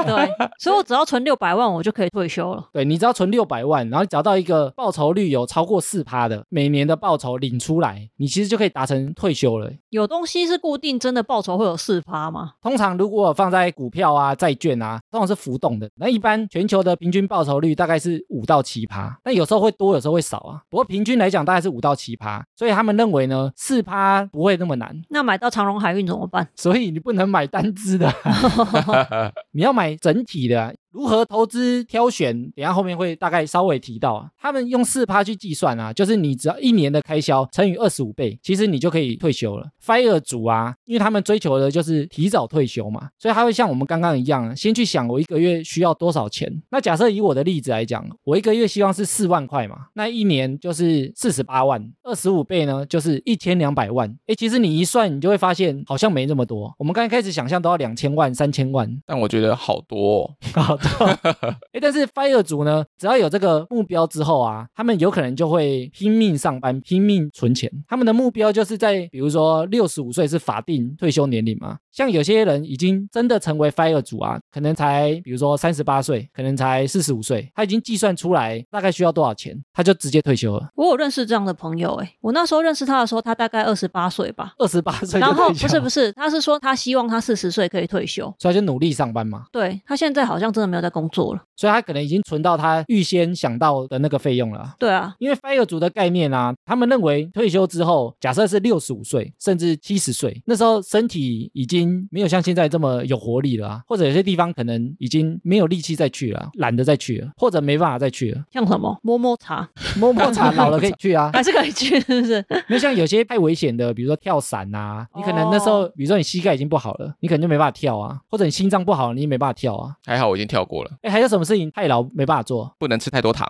Speaker 2: 对，所以我只要存六百万，我就可以退休了。
Speaker 1: 对你只要存六百万，然后找到一个报酬率有超过四趴的，每年的报酬领出来，你其实就可以达成退休了。
Speaker 2: 有东西是固定，真的报酬会有四趴吗？
Speaker 1: 通常如果放在股票啊、债券啊，通常是浮动的。那一般全球的平均报酬率大概是五到七趴，但有时候会多，有时候会少啊。不过平均来讲大概是五到七趴，所以他们认为呢，四趴不会那么难。
Speaker 2: 那买到长荣海运怎么办？
Speaker 1: 所以你不能买单支的啊、你要买整体的啊、如何投资挑选？等一下后面会大概稍微提到啊。他们用四趴去计算啊，就是你只要一年的开销乘以二十五倍，其实你就可以退休了。Fire 组啊，因为他们追求的就是提早退休嘛，所以他会像我们刚刚一样啊，先去想我一个月需要多少钱。那假设以我的例子来讲，我一个月希望是四万块嘛，那一年就是四十八万，二十五倍呢就是一千两百万。诶，其实你一算，你就会发现好像没那么多。我们刚开始想象都要两千万、三千万，
Speaker 3: 但我觉得好多、哦，
Speaker 1: 搞到。 (laughs) 哎，但是 Fire 族呢，只要有这个目标之后啊，他们有可能就会拼命上班，拼命存钱。他们的目标就是在比如说六十五岁是法定退休年龄嘛，像有些人已经真的成为 Fire 族啊，可能才比如说三十八岁，可能才四十五岁，他已经计算出来大概需要多少钱，他就直接退休了。
Speaker 2: 我有认识这样的朋友、欸，诶，我那时候认识他的时候，他大概二十八岁吧。
Speaker 1: 二十八岁就
Speaker 2: 然后
Speaker 1: 退休，
Speaker 2: 不是不
Speaker 1: 是，
Speaker 2: 是，他是说他希望他四十岁可以退休。
Speaker 1: 所以他就努力上班嘛，
Speaker 2: 对他现在好像真的没有在工作了。
Speaker 1: 所以他可能已经存到他预先想到的那个费用了啊。
Speaker 2: 对啊，
Speaker 1: 因为 fire 族的概念啊，他们认为退休之后，假设是六十五岁甚至七十岁，那时候身体已经没有像现在这么有活力了啊，或者有些地方可能已经没有力气再去了啊，懒得再去了，或者没办法再去了。
Speaker 2: 像什么摸摸茶 (laughs)
Speaker 1: 摸摸茶老了可以去啊，
Speaker 2: 还是可以去，是不是？
Speaker 1: 没有像有些太危险的，比如说跳伞啊，你可能那时候，
Speaker 2: 哦
Speaker 1: 比如说你膝盖已经不好了，你可能就没办法跳啊，或者你心脏不好，你也没办法跳啊。
Speaker 3: 还好我已经跳过了，
Speaker 1: 哎，还有什么事情太老没办法做？ (laughs)
Speaker 3: 不能吃太多糖。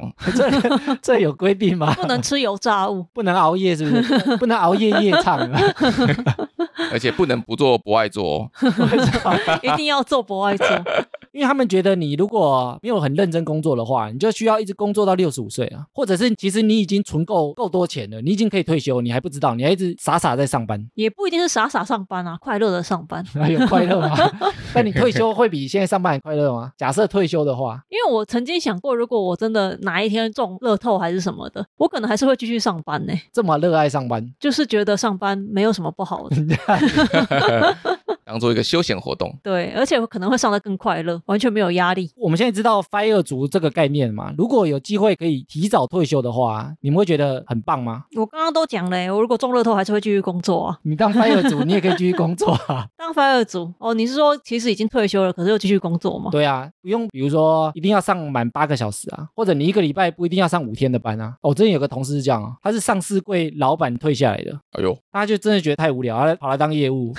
Speaker 3: (laughs)
Speaker 1: 这有规定吗？
Speaker 2: 不能吃油炸物。
Speaker 1: 不能熬夜是不是？ (laughs) 不能熬夜夜唱啊。
Speaker 3: 而且不能不做不爱做哦。
Speaker 2: 一定要做博爱做，
Speaker 1: 因为他们觉得你如果没有很认真工作的话，你就需要一直工作到六十五岁啊，或者是其实你已经存够够多钱了，你已经可以退休，你还不知道，你还一直傻傻在上班， (laughs)
Speaker 2: 也不一定是傻傻上班啊，快乐的上班。
Speaker 1: 还有快乐吗？ (laughs) 但你退休会比现在上班还快乐吗？假设退休的话，
Speaker 2: 因为我曾经想过，如果我真的哪一天中乐透还是什么的，我可能还是会继续上班呢、
Speaker 1: 这么热爱上班，
Speaker 2: 就是觉得上班没有什么不好的，
Speaker 3: 当做一个休闲活动。
Speaker 2: 对，而且我可能会上得更快乐，完全没有压力。
Speaker 1: 我们现在知道 fire 族这个概念嘛？如果有机会可以提早退休的话，你们会觉得很棒吗？
Speaker 2: 我刚刚都讲了、欸我如果中乐透还是会继续工作啊，
Speaker 1: 你当 fire 族，你也可以继续工作啊。
Speaker 2: 当 fire 组哦。你是说其实已经退休了，可是又继续工作吗？
Speaker 1: 对啊，不用，比如说一定要上满八个小时啊，或者你一个礼拜不一定要上五天的班啊。我、之前有个同事是这样啊，他是上市柜老板退下来的，
Speaker 3: 哎呦，
Speaker 1: 他就真的觉得太无聊，他跑来当业务，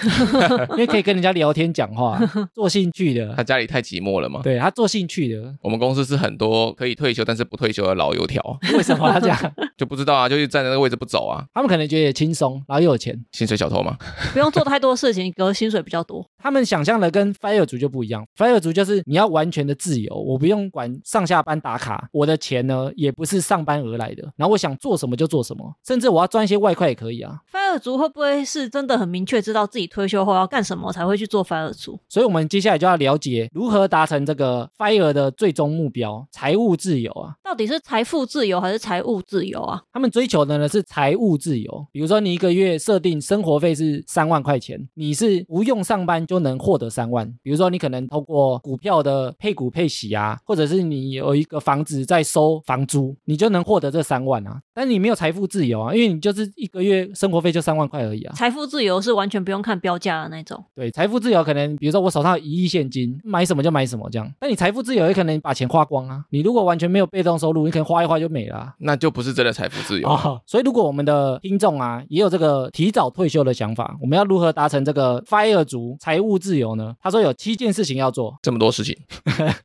Speaker 1: 因为可以跟人家聊天讲话，做兴趣
Speaker 3: 他
Speaker 1: 的。
Speaker 3: 家里太寂寞了嘛。
Speaker 1: 对他做兴趣的，
Speaker 3: 我们公司是很多可以退休但是不退休的老油条，
Speaker 1: 为什么他这样？ (laughs)
Speaker 3: 就不知道啊，就是站在那个位置不走啊，
Speaker 1: 他们可能觉得也轻松，然后又有钱。
Speaker 3: 薪水小偷嘛。
Speaker 2: 不用做太多事情，可是薪水比较多。
Speaker 1: 他们想象的跟 fire 族就不一样，fire 族就是你要完全的自由，我不用管上下班打卡，我的钱呢也不是上班而来的，然后我想做什么就做什么，甚至我要赚一些外快也可以啊。
Speaker 2: fire 族会不会是真的很明确知道自己退休后要干什么才会去做 fire 族？
Speaker 1: 所以，我们接下来就要了解如何达成这个 FIRE 的最终目标——财务自由啊。
Speaker 2: 到底是财富自由还是财务自由啊？
Speaker 1: 他们追求的呢是财务自由，比如说你一个月设定生活费是三万块钱，你是不用上班就能获得三万。比如说你可能透过股票的配股配息啊，或者是你有一个房子在收房租，你就能获得这三万啊。但你没有财富自由啊，因为你就是一个月生活费就三万块而已啊。
Speaker 2: 财富自由是完全不用看标价的那种，
Speaker 1: 对，财富自由可能比如说我手上有一亿现金，买什么就买什么这样。但你财富自由也可能把钱花光啊。你如果完全没有被动收入，你可能花一花就没了、啊。
Speaker 3: 那就不是真的财富自由。
Speaker 1: 哦， (laughs) 所以如果我们的听众啊也有这个提早退休的想法，我们要如何达成这个 fire 族财务自由呢？他说有七件事情要做。
Speaker 3: 这么多事情，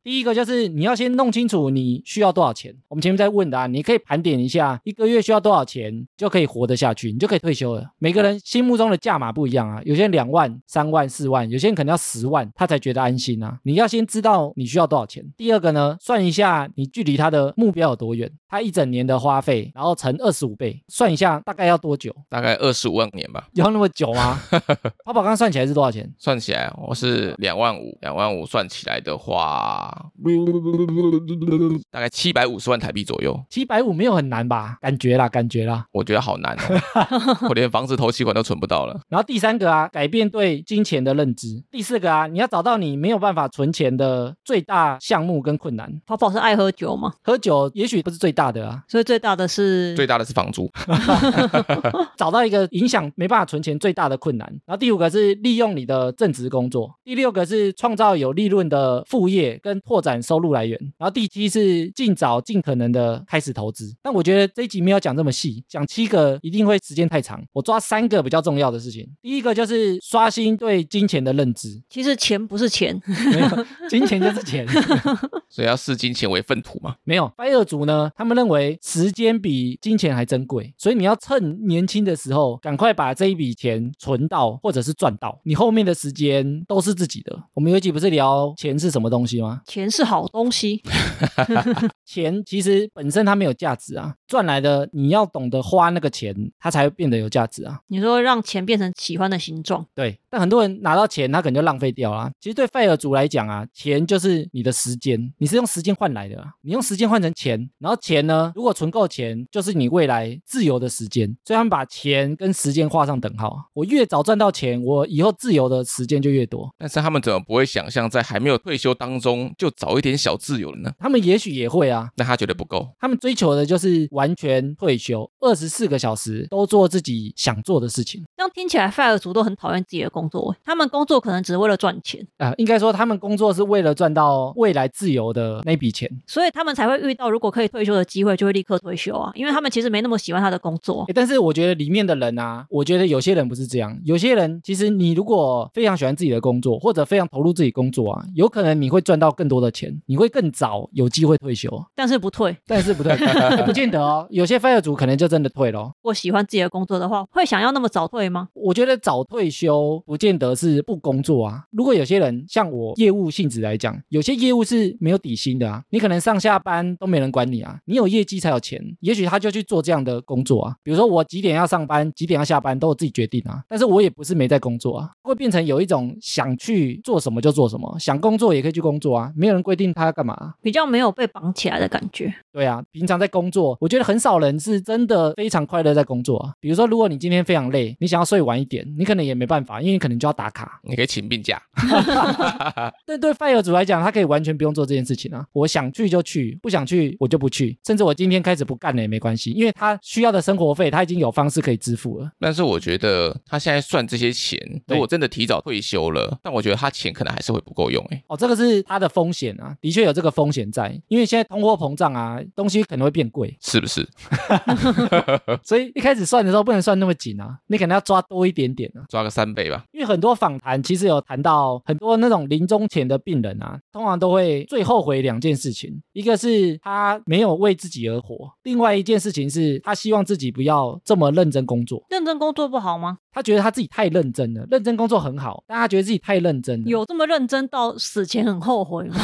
Speaker 1: 第一个就是你要先弄清楚你需要多少钱。我们前面在问的啊，你可以盘点一下一个月需要多少钱，就可以活得下去，你就可以退休了。每个人心目中的价码不一样啊，有些人两万、三万、四万，有些人可能要十万，他才觉得安心啊。你要先知道你需要多少钱。第二个呢，算一下你距离他的目标有多远，他一整年的花费，然后乘二十五倍，算一下大概要多久。
Speaker 3: 大概二十五万年吧，
Speaker 1: 要那么久吗？ (laughs) 淘宝刚算起来是多少钱？
Speaker 3: 算起来我是两万五，两万五算起来的话，大概七百五十万台币左右。
Speaker 1: 七百五没有很难吧？感觉啦，感觉啦。
Speaker 3: 我觉得好难哦，我连房子头期款都存不到了。
Speaker 1: 然后第三个啊，改变对金钱的认知。第四个啊，你要找到你没有办法存钱的最大项目跟困难。
Speaker 2: 跑跑是爱喝酒嘛，
Speaker 1: 喝酒也许不是最大的啊，
Speaker 2: 所以最大的是
Speaker 3: 最大的是房租，
Speaker 1: 找到一个影响没办法存钱最大的困难。然后第五个是利用你的正职工作，第六个是创造有利润的副业跟拓展收入来源。然后第七是尽早尽可能的开始投资。但我觉得这一集没有讲这么细，讲七个一定会时间太长，我抓三个比较重要的事情。第一个就是刷新对金钱的认知，
Speaker 2: 其实钱不是钱， (laughs)
Speaker 1: (laughs) 没有，金钱就是钱。 (laughs)
Speaker 3: 所以要视金钱为粪土嘛。
Speaker 1: 没有，拜厄族呢，他们认为时间比金钱还珍贵，所以你要趁年轻的时候，赶快把这一笔钱存到或者是赚到，你后面的时间都是自己的。我们有一集不是聊钱是什么东西吗？
Speaker 2: 钱是好东西，
Speaker 1: 钱其实本身它没有价值啊，赚来的你要懂得花那个钱，它才会变得有价值啊。
Speaker 2: 你说让钱变成喜欢的形状，
Speaker 1: 对，但很多人拿到钱，他可能就浪费掉啦。其实对费尔族来讲啊，钱就是你的时间，你是用时间换来的、啊，你用时间换成钱，然后钱呢，如果存够钱，就是你未来自由的时间。所以他们把钱跟时间画上等号啊。我越早赚到钱，我以后自由的时间就越多。
Speaker 3: 但是他们怎么不会想象在还没有退休当中就早一点小自由了呢？
Speaker 1: 他们也许也会啊，
Speaker 3: 那他觉得不够，
Speaker 1: 他们追求的就是完全退休，二十四个小时都做自己想做的事情。
Speaker 2: 这样听起来，范尔族都很讨厌自己的工作，欸他们工作可能只是为了赚钱，
Speaker 1: 啊、应该说他们工作是为了赚到未来自由的那笔钱。
Speaker 2: 所以他们才会遇到如果可以退休的机会，就会立刻退休啊，因为他们其实没那么喜欢他的工作
Speaker 1: 欸。但是我觉得里面的人啊，我觉得有些人不是这样，有些人其实你如果非常喜欢自己的工作，或者非常投入自己工作啊，有可能你会赚到更多的钱，你会更早有机会退休。啊
Speaker 2: 但是不退，
Speaker 1: 但是不对，不见得哦，有些 fire 族可能就真的退哦咯。
Speaker 2: 如果喜欢自己的工作的话，会想要那么早退吗？
Speaker 1: 我觉得早退休不见得是不工作啊。如果有些人像我业务性质来讲，有些业务是没有底薪的啊，你可能上下班都没人管你啊，你有业绩才有钱。也许他就去做这样的工作啊，比如说我几点要上班，几点要下班都我自己决定啊。但是我也不是没在工作啊，会变成有一种想去做什么就做什么，想工作也可以去工作啊，没有人规定他要干嘛啊、
Speaker 2: 比较没有被绑起来的感觉。
Speaker 1: 对啊，平常在工作，我觉得很少人是真的非常快乐在工作啊。比如说，如果你今天非常累，你想要睡晚一点，你可能也没办法，因为你可能就要打卡。
Speaker 3: 你可以请病假，
Speaker 1: 但对 fire 主来讲，他可以完全不用做这件事情啊。我想去就去，不想去我就不去，甚至我今天开始不干了也没关系，因为他需要的生活费他已经有方式可以支付了。
Speaker 3: 但是我觉得他现在算这些钱，
Speaker 1: 对
Speaker 3: 如果真的提早退休了，但我觉得他钱可能还是会不够用欸诶。
Speaker 1: 哦，这个是他的风险啊，的确有这个风险在，因为现在通货膨胀啊，东西可能会变贵，
Speaker 3: 是不是？
Speaker 1: 所以一开始算的时候不能算那么紧啊，你可能要抓多一点点啊。
Speaker 3: 抓个三倍吧，
Speaker 1: 因为很多访谈其实有谈到很多那种临终前的病人啊，通常都会最后悔两件事情，一个是他没有为自己而活，另外一件事情是他希望自己不要这么认真工作，
Speaker 2: 认真工作不好吗？
Speaker 1: 他觉得他自己太认真了，认真工作很好，但他觉得自己太认真了，
Speaker 2: 有这么认真到死前很后悔吗？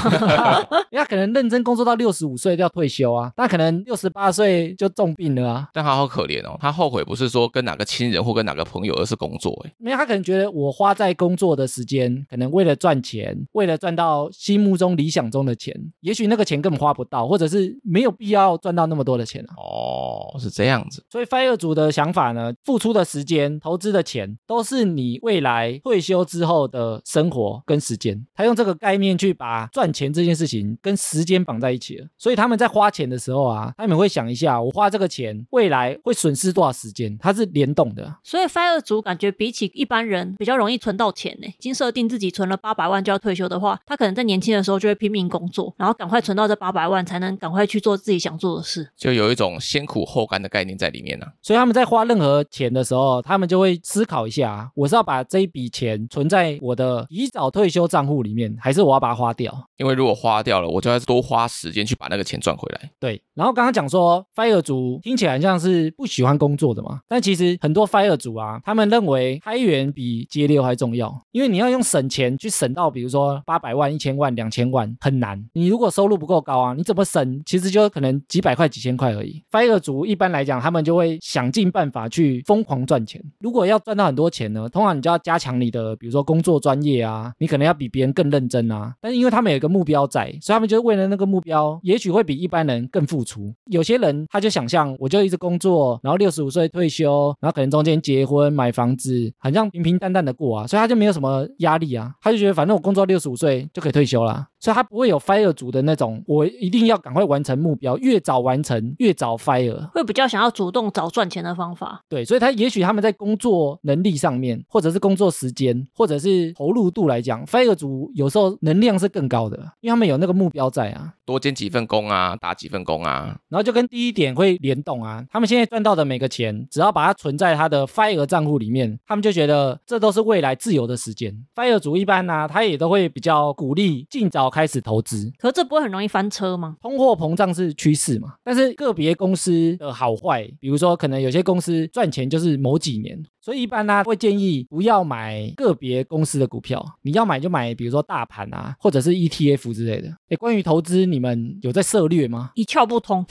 Speaker 2: (laughs)
Speaker 1: 因为他可能认真工作到六十五岁就要退休啊，他可能六十八岁就重病了啊。
Speaker 3: 但他好可怜哦，他后悔不是说跟哪个亲人或跟哪个朋友，而是工作欸诶。
Speaker 1: 没有，他可能觉得我花在工作的时间，可能为了赚钱，为了赚到心目中理想中的钱，也许那个钱根本花不到，或者是没有必要赚到那么多的钱啊。
Speaker 3: 哦，是这样子，
Speaker 1: 所以 fire 族的想法呢，付出的时间、投资的钱，都是你未来退休之后的生活跟时间。他用这个概念去把赚钱这件事情跟时间绑在一起了。所以他们在花钱的时候啊，他们会想一下，我花这个钱未来会损失多少时间，它是联动的。啊
Speaker 2: 所以 fire 族感觉比起一般人比较容易存到钱呢。已经设定自己存了八百万就要退休的话，他可能在年轻的时候就会拼命工作，然后赶快存到这八百万，才能赶快去做自己想做的事。
Speaker 3: 就有一种先苦后抽干的概念在里面呢、啊
Speaker 1: 所以他们在花任何钱的时候，他们就会思考一下，我是要把这一笔钱存在我的提早退休账户里面，还是我要把它花掉？
Speaker 3: 因为如果花掉了，我就要多花时间去把那个钱赚回来。
Speaker 1: 对，然后刚刚讲说，fire 族听起来像是不喜欢工作的嘛，但其实很多 fire 族啊，他们认为开源比节流还重要，因为你要用省钱去省到，比如说八百万、一千万、两千万很难。你如果收入不够高啊，你怎么省？其实就可能几百块、几千块而已。fire 族一般来讲，他们就会想尽办法去疯狂赚钱。如果要赚到很多钱呢，通常你就要加强你的，比如说工作专业啊，你可能要比别人更认真啊。但是因为他们有一个目标在，所以他们就为了那个目标，也许会比一般人更付出。有些人他就想象，我就一直工作，然后六十五岁退休，然后可能中间结婚、买房子，好像平平淡淡的过啊，所以他就没有什么压力啊，他就觉得反正我工作六十五岁就可以退休啦。所以他不会有 fire 族的那种，我一定要赶快完成目标，越早完成越早 fire。
Speaker 2: 会比较想要主动找赚钱的方法。
Speaker 1: 对，所以他也许他们在工作能力上面，或者是工作时间，或者是投入度来讲，fire 族有时候能量是更高的，因为他们有那个目标在啊。
Speaker 3: 多兼几份工啊，打几份工啊，
Speaker 1: 然后就跟第一点会联动啊，他们现在赚到的每个钱，只要把它存在他的 FIRE 账户里面，他们就觉得这都是未来自由的时间。FIRE 族一般呢、啊他也都会比较鼓励尽早开始投资。
Speaker 2: 可是这不会很容易翻车吗？
Speaker 1: 通货膨胀是趋势嘛，但是个别公司的好坏，比如说可能有些公司赚钱就是某几年，所以一般呢、会建议不要买个别公司的股票，你要买就买比如说大盘啊，或者是 ETF 之类的。诶，关于投资，你们有在涉略吗？
Speaker 2: 一窍不通，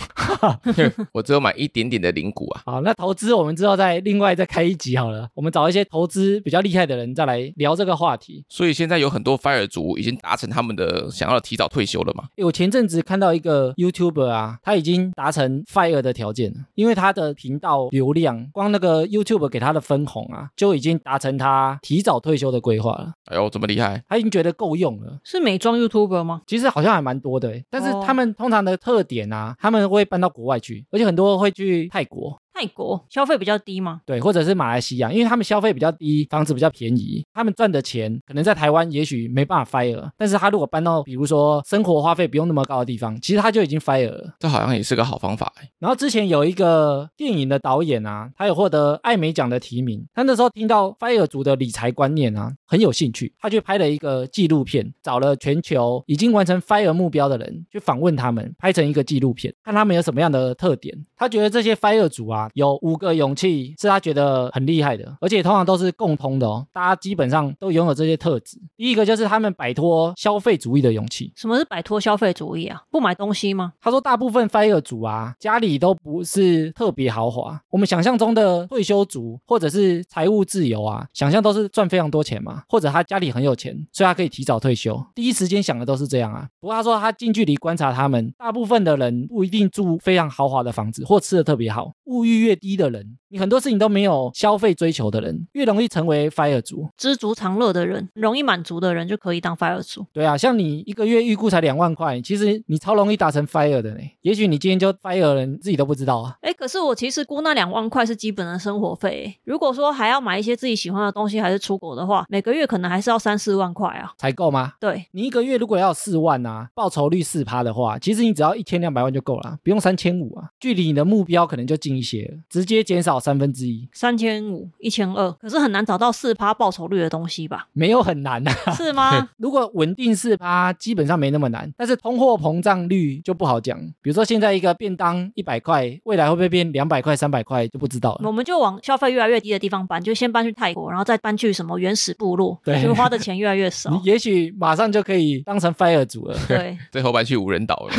Speaker 3: 我只有买一点点的零股啊。
Speaker 1: 好，那投资我们之后再另外再开一集好了，我们找一些投资比较厉害的人再来聊这个话题。
Speaker 3: 所以现在有很多 fire 族已经达成他们的想要提早退休了嘛。
Speaker 1: 诶我前阵子看到一个 YouTuber 啊，他已经达成 Fire 的条件了，因为他的频道流量，光那个 YouTube 给他的分红啊，就已经达成他提早退休的规划了，
Speaker 3: 哎呦，这么厉害！
Speaker 1: 他已经觉得够用了。
Speaker 2: 是美妆 YouTuber 吗？
Speaker 1: 其实好像还蛮多的欸，但是
Speaker 2: 哦
Speaker 1: 他们通常的特点啊，他们会搬到国外去，而且很多会去泰国，
Speaker 2: 泰国消费比较低吗？
Speaker 1: 对，或者是马来西亚，因为他们消费比较低，房子比较便宜，他们赚的钱可能在台湾也许没办法 fire，但是他如果搬到比如说生活花费不用那么高的地方，其实他就已经 fire 了。
Speaker 3: 这好像也是个好方法哎。
Speaker 1: 然后之前有一个电影的导演啊，他有获得艾美奖的提名，他那时候听到 fire 族的理财观念啊很有兴趣，他去拍了一个纪录片，找了全球已经完成 fire 目标的人去访问他们，拍成一个纪录片，看他们有什么样的特点。他觉得这些 fire 族啊，有五个勇气是他觉得很厉害的，而且通常都是共通的哦，大家基本上都拥有这些特质。第一个就是他们摆脱消费主义的勇气，
Speaker 2: 什么是摆脱消费主义啊？不买东西吗？
Speaker 1: 他说，大部分 fire 族啊，家里都不是特别豪华。我们想象中的退休族或者是财务自由啊，想象都是赚非常多钱嘛，或者他家里很有钱，所以他可以提早退休。第一时间想的都是这样啊。不过他说，他近距离观察他们，大部分的人不一定住非常豪华的房子或吃的特别好，物欲越低的人，你很多事情都没有消费追求的人，越容易成为 fire 族。
Speaker 2: 知足常乐的人，容易满足的人就可以当 fire 族。
Speaker 1: 对啊，像你一个月预估才两万块，其实你超容易达成 fire 的呢。也许你今天就 fire 了，你自己都不知道啊。
Speaker 2: 哎，可是我其实估那两万块是基本的生活费欸，如果说还要买一些自己喜欢的东西，还是出国的话，每个月可能还是要三四万块啊。
Speaker 1: 才够吗？
Speaker 2: 对，
Speaker 1: 你一个月如果要四万啊，报酬率四趴的话，其实你只要一千两百万就够了，不用三千五啊，距离你的目标可能就近一些了，直接减少三分之一，
Speaker 2: 三千五、一千二，可是很难找到四趴报酬率的东西
Speaker 1: (laughs)
Speaker 2: 吧？
Speaker 1: 没有很难啊。
Speaker 2: 是吗？
Speaker 1: 如果稳定四趴，基本上没那么难，但是通货膨胀率就不好讲。比如说现在一个便当一百块，未来会不会变两百块、三百块就不知道了
Speaker 2: 我。们就往消费越来越低的地方搬，就先搬去泰国，然后再搬去什么原始部落，
Speaker 1: 对
Speaker 2: 就花的钱越来越
Speaker 1: (laughs) 你
Speaker 2: 少。
Speaker 1: 也许马上就可以当成 fire 族了，
Speaker 2: 对，
Speaker 3: 最后搬去无人岛了，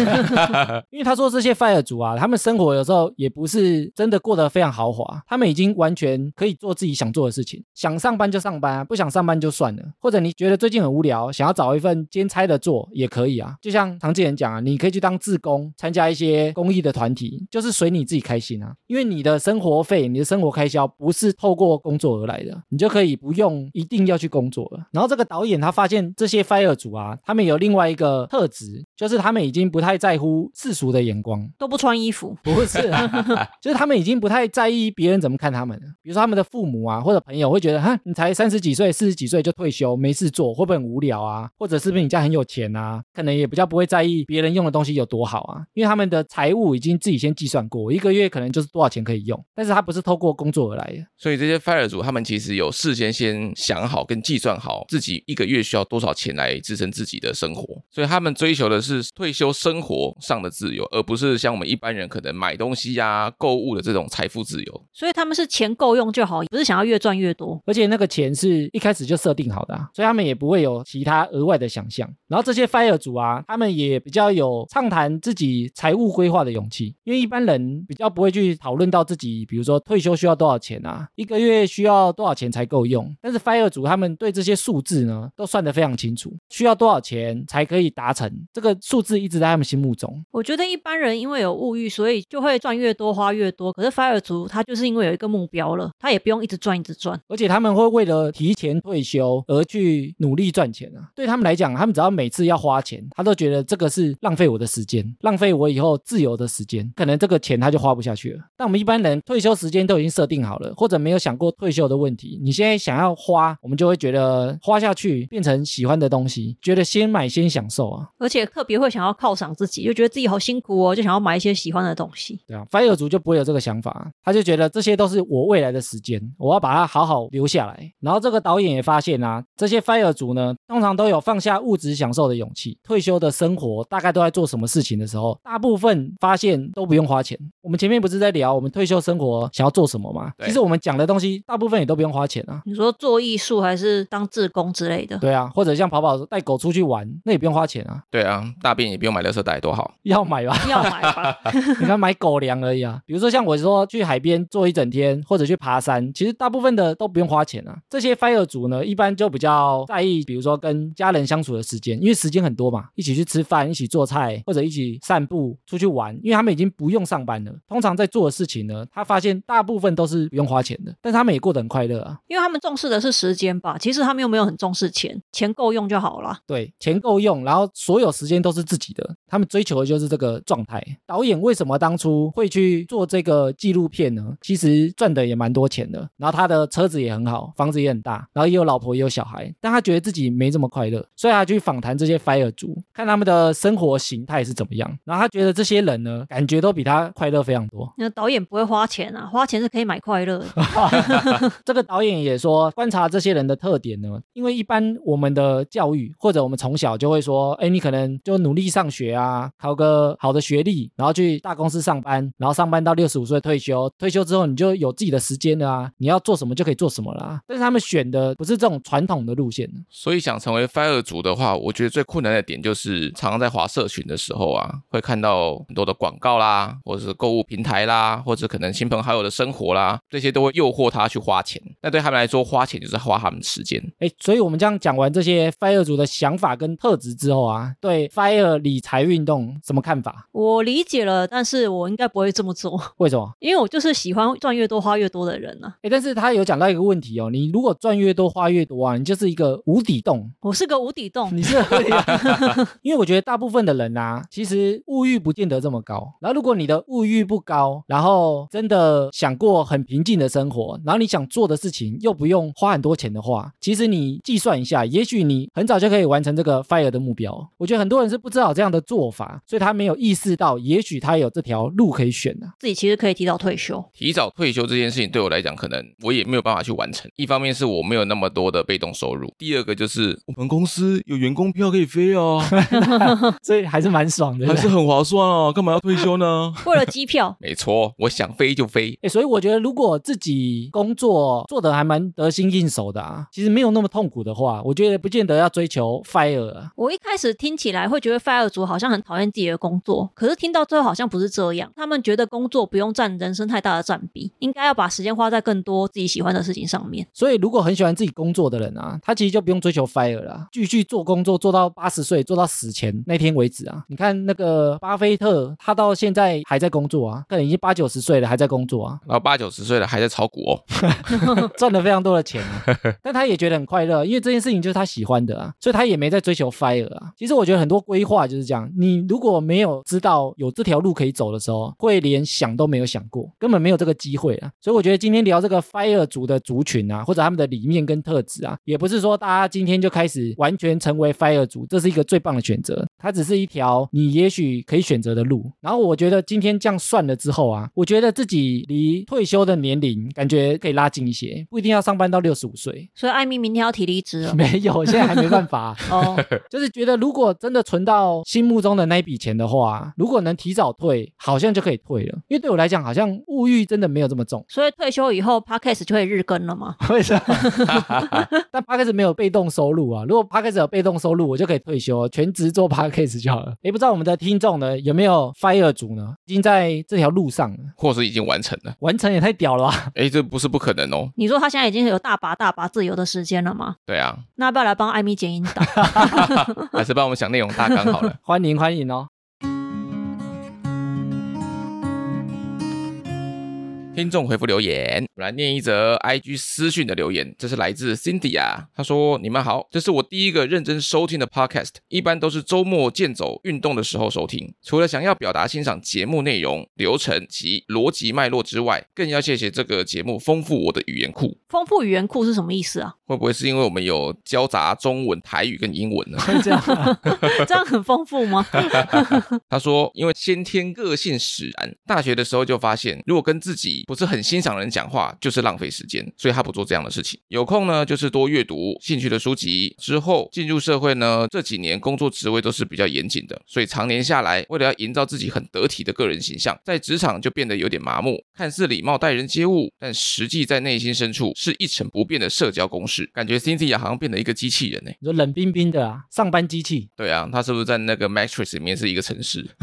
Speaker 1: 因为他说这些 fire 族啊，他们生活有时候也不是真的过得非常豪华，他们已经完全可以做自己想做的事情，想上班就上班啊，不想上班就算了。或者你觉得最近很无聊，想要找一份兼差的做也可以啊。就像常见人讲啊，你可以去当志工，参加一些公益的团体，就是随你自己开心啊。因为你的生活费、你的生活开销不是透过工作而来的，你就可以不用一定要去工作了。然后这个导演他发现这些 fire 族啊，他们有另外一个特质，就是他们已经不太在乎世俗的眼光。
Speaker 2: 都不穿衣服，
Speaker 1: (laughs) 不是、啊，就是他们已经不太在意别人怎么看他们的，比如说他们的父母啊或者朋友会觉得，哈，你才三十几岁、四十几岁就退休，没事做，会不会很无聊啊？或者是不是你家很有钱啊？可能也比较不会在意别人用的东西有多好啊，因为他们的财务已经自己先计算过，一个月可能就是多少钱可以用，但是他不是透过工作而来的。
Speaker 3: 所以这些 fire 族他们其实有事先先想好跟计算好自己一个月需要多少钱来支撑自己的生活，所以他们追求的是退休生活上的自由，而不是像我们一般人可能买东西呀、购物的这种财富自由。
Speaker 2: 所以他们是钱够用就好，不是想要越赚越多。
Speaker 1: 而且那个钱是一开始就设定好的、啊，所以他们也不会有其他额外的想象。然后这些 fire 族啊，他们也比较有畅谈自己财务规划的勇气，因为一般人比较不会去讨论到自己，比如说退休需要多少钱啊，一个月需要多少钱才够用。但是 fire 族他们对这些数字呢，都算得非常清楚，需要多少钱才可以达成，这个数字一直在他们心目中。
Speaker 2: 我觉得一般人因为有物欲，所以就会赚越多花越多。可是 fire 族他就是因为有一个目标了，他也不用一直赚一直赚。
Speaker 1: 而且他们会为了提前退休而去努力赚钱啊。对他们来讲，他们只要每次要花钱，他都觉得这个是浪费我的时间，浪费我以后自由的时间，可能这个钱他就花不下去了。但我们一般人退休时间都已经设定好了，或者没有想过退休的问题，你现在想要花，我们就会觉得花下去变成喜欢的东西，觉得先买先享受啊。
Speaker 2: 而且特别会想要犒赏自己，就觉得自己好辛苦哦，就想要买一些喜欢的东西。
Speaker 1: 对啊，fire 族就不会有这个想法啊，他就觉得这些都是我未来的时间，我要把它好好留下来。然后这个导演也发现啊，这些 fire 族呢，通常都有放下物质享受的勇气。退休的生活大概都在做什么事情的时候，大部分发现都不用花钱。我们前面不是在聊我们退休生活想要做什么吗？
Speaker 3: 对
Speaker 1: 其实我们讲的东西大部分也都不用花钱啊。
Speaker 2: 你说做艺术还是当志工之类的，
Speaker 1: 对啊，或者像跑跑带狗出去玩，那也不用花钱啊，
Speaker 3: 对啊，大便也不用买垃圾袋，多好。
Speaker 1: 要买吧？
Speaker 2: 要买吧？
Speaker 1: (laughs) 你看买狗粮而已啊。比如说像我说去海边坐一整天，或者去爬山，其实大部分的都不用花钱啊。这些 fire 族呢，一般就比较在意，比如说跟家人相处的时间，因为时间很多嘛，一起去吃饭，一起做菜，或者一起散步、出去玩，因为他们已经不用上班了。通常在做的事情呢，他发现大部分都是不用花钱的，但是他们也过得很快乐啊。
Speaker 2: 因为他们重视的是时间吧，其实他们又没有很重视钱，钱够用就好啦。
Speaker 1: 对，钱够用，然后所有时间都是自己的，他们追求的就是这个状态。导演为什么当初会去做这个纪录片呢？其实赚的也蛮多钱的，然后他的车子也很好，房子也很大，然后也有老婆也有小孩，但他觉得自己没这么快乐，所以他去访谈这些 fire 族，看他们的生活形态是怎么样。然后他觉得这些人呢，感觉都比他快乐非常多。
Speaker 2: 那导演不会花钱啊，花钱是可以买
Speaker 1: (laughs)
Speaker 2: 快乐的。
Speaker 1: 这个导演也说，观察这些人的特点呢，因为一般我们的教育或者我们从小就会说，哎，你可能就努力上学啊，考个好的学历，然后去大公司上班，然后上班到六十五岁退休，退休之后你就有自己的时间了啊，你要做什么就可以做什么啦、但是他们选的不是这种传统的路线，
Speaker 3: 所以想成为 fire 族的话，我觉得最困难的点就是，常常在滑社群的时候啊，会看到很多的广告啦，或者是购物平台啦，或者可能亲朋好友的生活啦，这些都会诱惑他去花钱。那对他们来说，花钱就是花他们的时间。
Speaker 1: 哎，所以我们这样讲完这些 FIRE 族的想法跟特质之后啊，对 FIRE 理财运动什么看法？
Speaker 2: 我理解了，但是我应该不会这么做，
Speaker 1: 为什么？
Speaker 2: 因为我就是喜欢赚越多花越多的人啊。
Speaker 1: 哎，但是他有讲到一个问题哦，你如果赚越多花越多啊，你就是一个无底洞，
Speaker 2: 我是个无底洞，
Speaker 1: 你是合理的 (laughs) 因为我觉得大部分的人啊，其实物欲不见得这么高。然后如果你的物欲不高，然后真的想过很平静的生活，然后你想做的事情又不用花很多钱的话，其实你计算一下，也许你很早就可以完成这个 fire 的目标。我觉得很多人是不知道这样的做法，所以他没有意识到，也许他有这条路可以选啊。 (laughs)
Speaker 2: 自己其实可以提早退休。
Speaker 3: 提早退休这件事情对我来讲，可能我也没有办法去完成。一方面是我没有那么多的被动收入，第二个就是我们公司有员工票可以飞啊， (laughs)
Speaker 1: 所以还是蛮爽的。对 (laughs)
Speaker 3: 还
Speaker 1: 不对
Speaker 3: 是很划算啊，干嘛要退休呢？，
Speaker 2: 为了机票
Speaker 3: (laughs) 没错，我想飞就飞。
Speaker 1: 欸，所以我觉得如果自己工作做得还蛮得心应手的啊，其实没有那么痛苦的话，我觉得不见得要追求 fire 啊。
Speaker 2: 我一开始听起来会觉得 fire 族好像很讨厌自己的工作，可是听到最后好像不是这样。他们觉得工作不用占人生太大的占比，应该要把时间花在更多自己喜欢的事情上面。
Speaker 1: 所以如果很喜欢自己工作的人啊，他其实就不用追求 fire 啦，继续做工作做到八十岁，做到死前那天为止啊。你看那个巴菲特，他到现在还在工作啊，可能已经八九十岁了还在工作啊， (laughs)
Speaker 3: 然后八九十岁了还在炒股哦，
Speaker 1: 赚了非常多的钱啊、但他也觉得很快乐，因为这件事情就是他喜欢的啊，所以他也没在追求 fire 啊。其实我觉得很多规划就是这样，你如果没有知道有这条路可以走的时候，会连想都没有想过，根本没有这个机会啊。所以我觉得今天聊这个 Fire 族的族群啊，或者他们的理念跟特质啊，也不是说大家今天就开始完全成为 Fire 族，这是一个最棒的选择。它只是一条你也许可以选择的路。然后我觉得今天这样算了之后啊，我觉得自己离退休的年龄感觉可以拉近一些，不一定要上班到六十五岁。
Speaker 2: 所以艾米明天要提离职了。
Speaker 1: (laughs) 没有，现在还没办法、 (laughs)
Speaker 2: 哦，。
Speaker 1: 就是觉得如果真的存到心目中的那一笔钱的话，如果能提早退，好像就可以退了。因为对我来讲，好像物欲真的没有这么重
Speaker 2: 所以退休以后 podcast 就会日更了吗？
Speaker 1: 为什么？ (laughs) 但 p a c k a g e 没有被动收入啊。如果 p a c k a g e 有被动收入，我就可以退休，啊全职做 p a c k a g e 就好了。也不知道我们的听众呢有没有 fire 族呢？已经在这条路上了，
Speaker 3: 或是已经完成了。
Speaker 1: 完成也太屌了吧！ (laughs)
Speaker 3: 哎，这不是不可能哦。
Speaker 2: 你说他现在已经有大把大把自由的时间了吗？
Speaker 3: 对啊，
Speaker 2: 那要不要来帮艾米剪音档？
Speaker 3: 还是帮我们想内容大纲
Speaker 1: (laughs)
Speaker 3: 好了。
Speaker 1: 欢迎欢迎哦。
Speaker 3: 听众回复留言，我来念一则 IG 私讯的留言，这是来自 Cindy 啊，她说：“你们好，这是我第一个认真收听的 podcast，一般都是周末健走、运动的时候收听。除了想要表达欣赏节目内容、流程及逻辑脉络之外，更要谢谢这个节目丰富我的语言库。
Speaker 2: 丰富语言库是什么意思啊？
Speaker 3: 会不会是因为我们有交杂中文、台语跟英文呢？”
Speaker 1: 会这样啊、
Speaker 2: 这样很丰富吗？ (laughs)
Speaker 3: 他说，因为先天个性使然，大学的时候就发现，如果跟自己不是很欣赏的人讲话，就是浪费时间，所以他不做这样的事情。有空呢，就是多阅读兴趣的书籍。之后进入社会呢，这几年工作职位都是比较严谨的，所以常年下来，为了要营造自己很得体的个人形象，在职场就变得有点麻木，看似礼貌待人接物，但实际在内心深处是一成不变的社交公式。感觉 Cynthia 好像变得一个机器人呢、
Speaker 1: (laughs) 你说冷冰冰的啊，上班机器，
Speaker 3: 对啊，他是不是在那个 Matrix 里面是一个城市？ (laughs)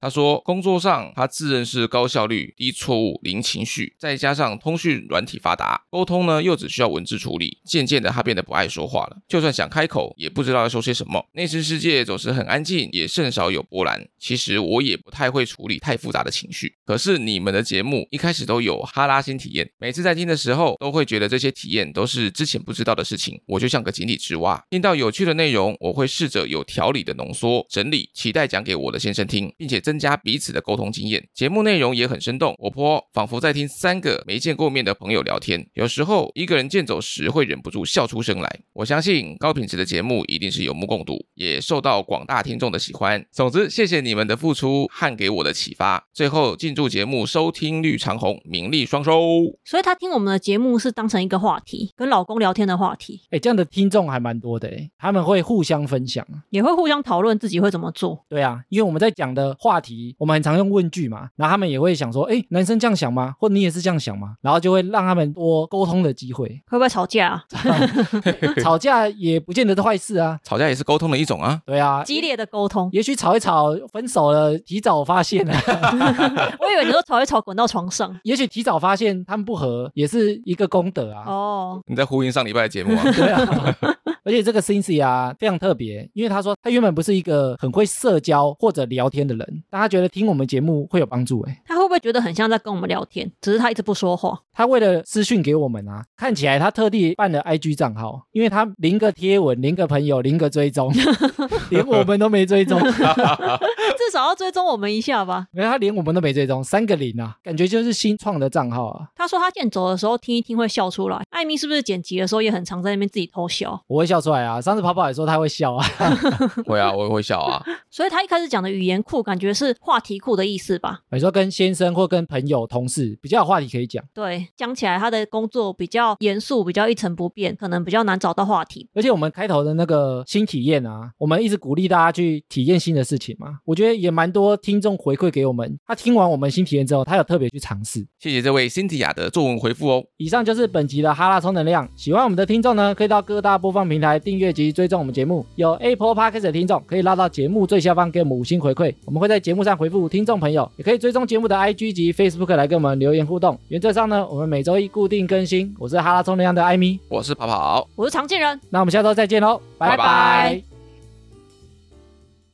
Speaker 3: 他说，工作上他自认是高效率、低错误、零情绪，再加上通讯软体发达，沟通呢又只需要文字处理。渐渐的，他变得不爱说话了，就算想开口，也不知道要说些什么。内心世界总是很安静，也甚少有波澜。其实我也不太会处理太复杂的情绪，可是你们的节目一开始都有哈拉新体验，每次在听的时候都会觉得这些体验都是之前不知道的事情，我就像个井底之蛙。听到有趣的内容，我会试着有条理的浓缩、整理，期待讲给我的先生听，并且增加彼此的沟通经验。节目内容也很生动活泼，仿佛在听三个没见过面的朋友聊天。有时候一个人健走时会忍不住笑出声来。我相信高品质的节目一定是有目共睹，也受到广大听众的喜欢。总之，谢谢你们的付出和给我的启发。最后，进驻节目收听率长虹，名利双收。
Speaker 2: 所以她听我们的节目是当成一个话题，跟老公聊天的话题，
Speaker 1: 哎，这样的听众还蛮多的哎，他们会互相分享。啊
Speaker 2: 也会互相讨论自己会怎么做。。
Speaker 1: 对啊，因为我们在讲的话题，我们很常用问句嘛，然后他们也会想说，哎，男生这样想吗？或你也是这样想吗？然后就会让他们多沟通的机会
Speaker 2: 会不会吵架、啊？
Speaker 1: 吵架也不见得是坏事啊，
Speaker 3: 吵架也是沟通的一种啊。
Speaker 1: 对啊，
Speaker 2: 激烈的沟通。
Speaker 1: 也许吵一吵，分手了，提早发现啊， (laughs)
Speaker 2: 我以为你说吵一吵滚到床 (laughs) 上。
Speaker 1: 也许提早发现他们不合，也是一个功德啊。
Speaker 2: 哦，
Speaker 3: 你在呼应上礼拜的节目啊？ (laughs)
Speaker 1: 对啊， (laughs) 而且这个 Cincy 啊非常特别，因为他说他原本不是一个很会社交或者聊天的人，但他觉得听我们节目会有帮助哎、
Speaker 2: 他会不会觉得很像在跟我们聊天？只是他一直不说话。 (laughs)
Speaker 1: 他为了私讯给我们啊，看起来他特地办了 IG 账号，因为他零个贴文、零个朋友、零个追踪，连我们都没追踪，
Speaker 2: 至少要追踪我们一下吧。
Speaker 1: 没有他连我们都没追踪，三个零啊，感觉就是新创的账号啊，
Speaker 2: 他说他健走的时候听一听会笑出来。艾米是不是剪辑的时候也很常在那边自己偷笑？
Speaker 1: 我会笑出来啊。上次跑跑也说他会笑啊， (laughs)
Speaker 3: 会啊，我也会笑啊。
Speaker 2: 所以他一开始讲的语言库，感觉是话题库的意思吧？
Speaker 1: 你说跟先生或跟朋友、同事比较有话题可以讲，
Speaker 2: 对，讲起来他的工作比较严肃，比较一成不变，可能比较难找到话题。
Speaker 1: 而且我们开头的那个新体验啊，我们一直鼓励大家去体验新的事情嘛，我觉得也蛮多听众回馈给我们，他听完我们新体验之后，他有特别去尝试。
Speaker 3: 谢谢这位辛迪亚的作文回复哦。
Speaker 1: 以上就是本集的哈拉充能量。喜欢我们的听众呢，可以到各大播放平台订阅及追踪我们节目。有 Apple Podcast 的听众可以拉到节目最下方给我们五星回馈，我们会在节目上回复听众朋友。也可以追踪节目的 IG 及 Facebook 来跟我们留言互动。原则上呢，我们每周一固定更新。我是哈拉充能量的艾米，
Speaker 3: 我是跑跑，
Speaker 2: 我是常见人，
Speaker 1: 那我们下周再见喽，
Speaker 3: 拜拜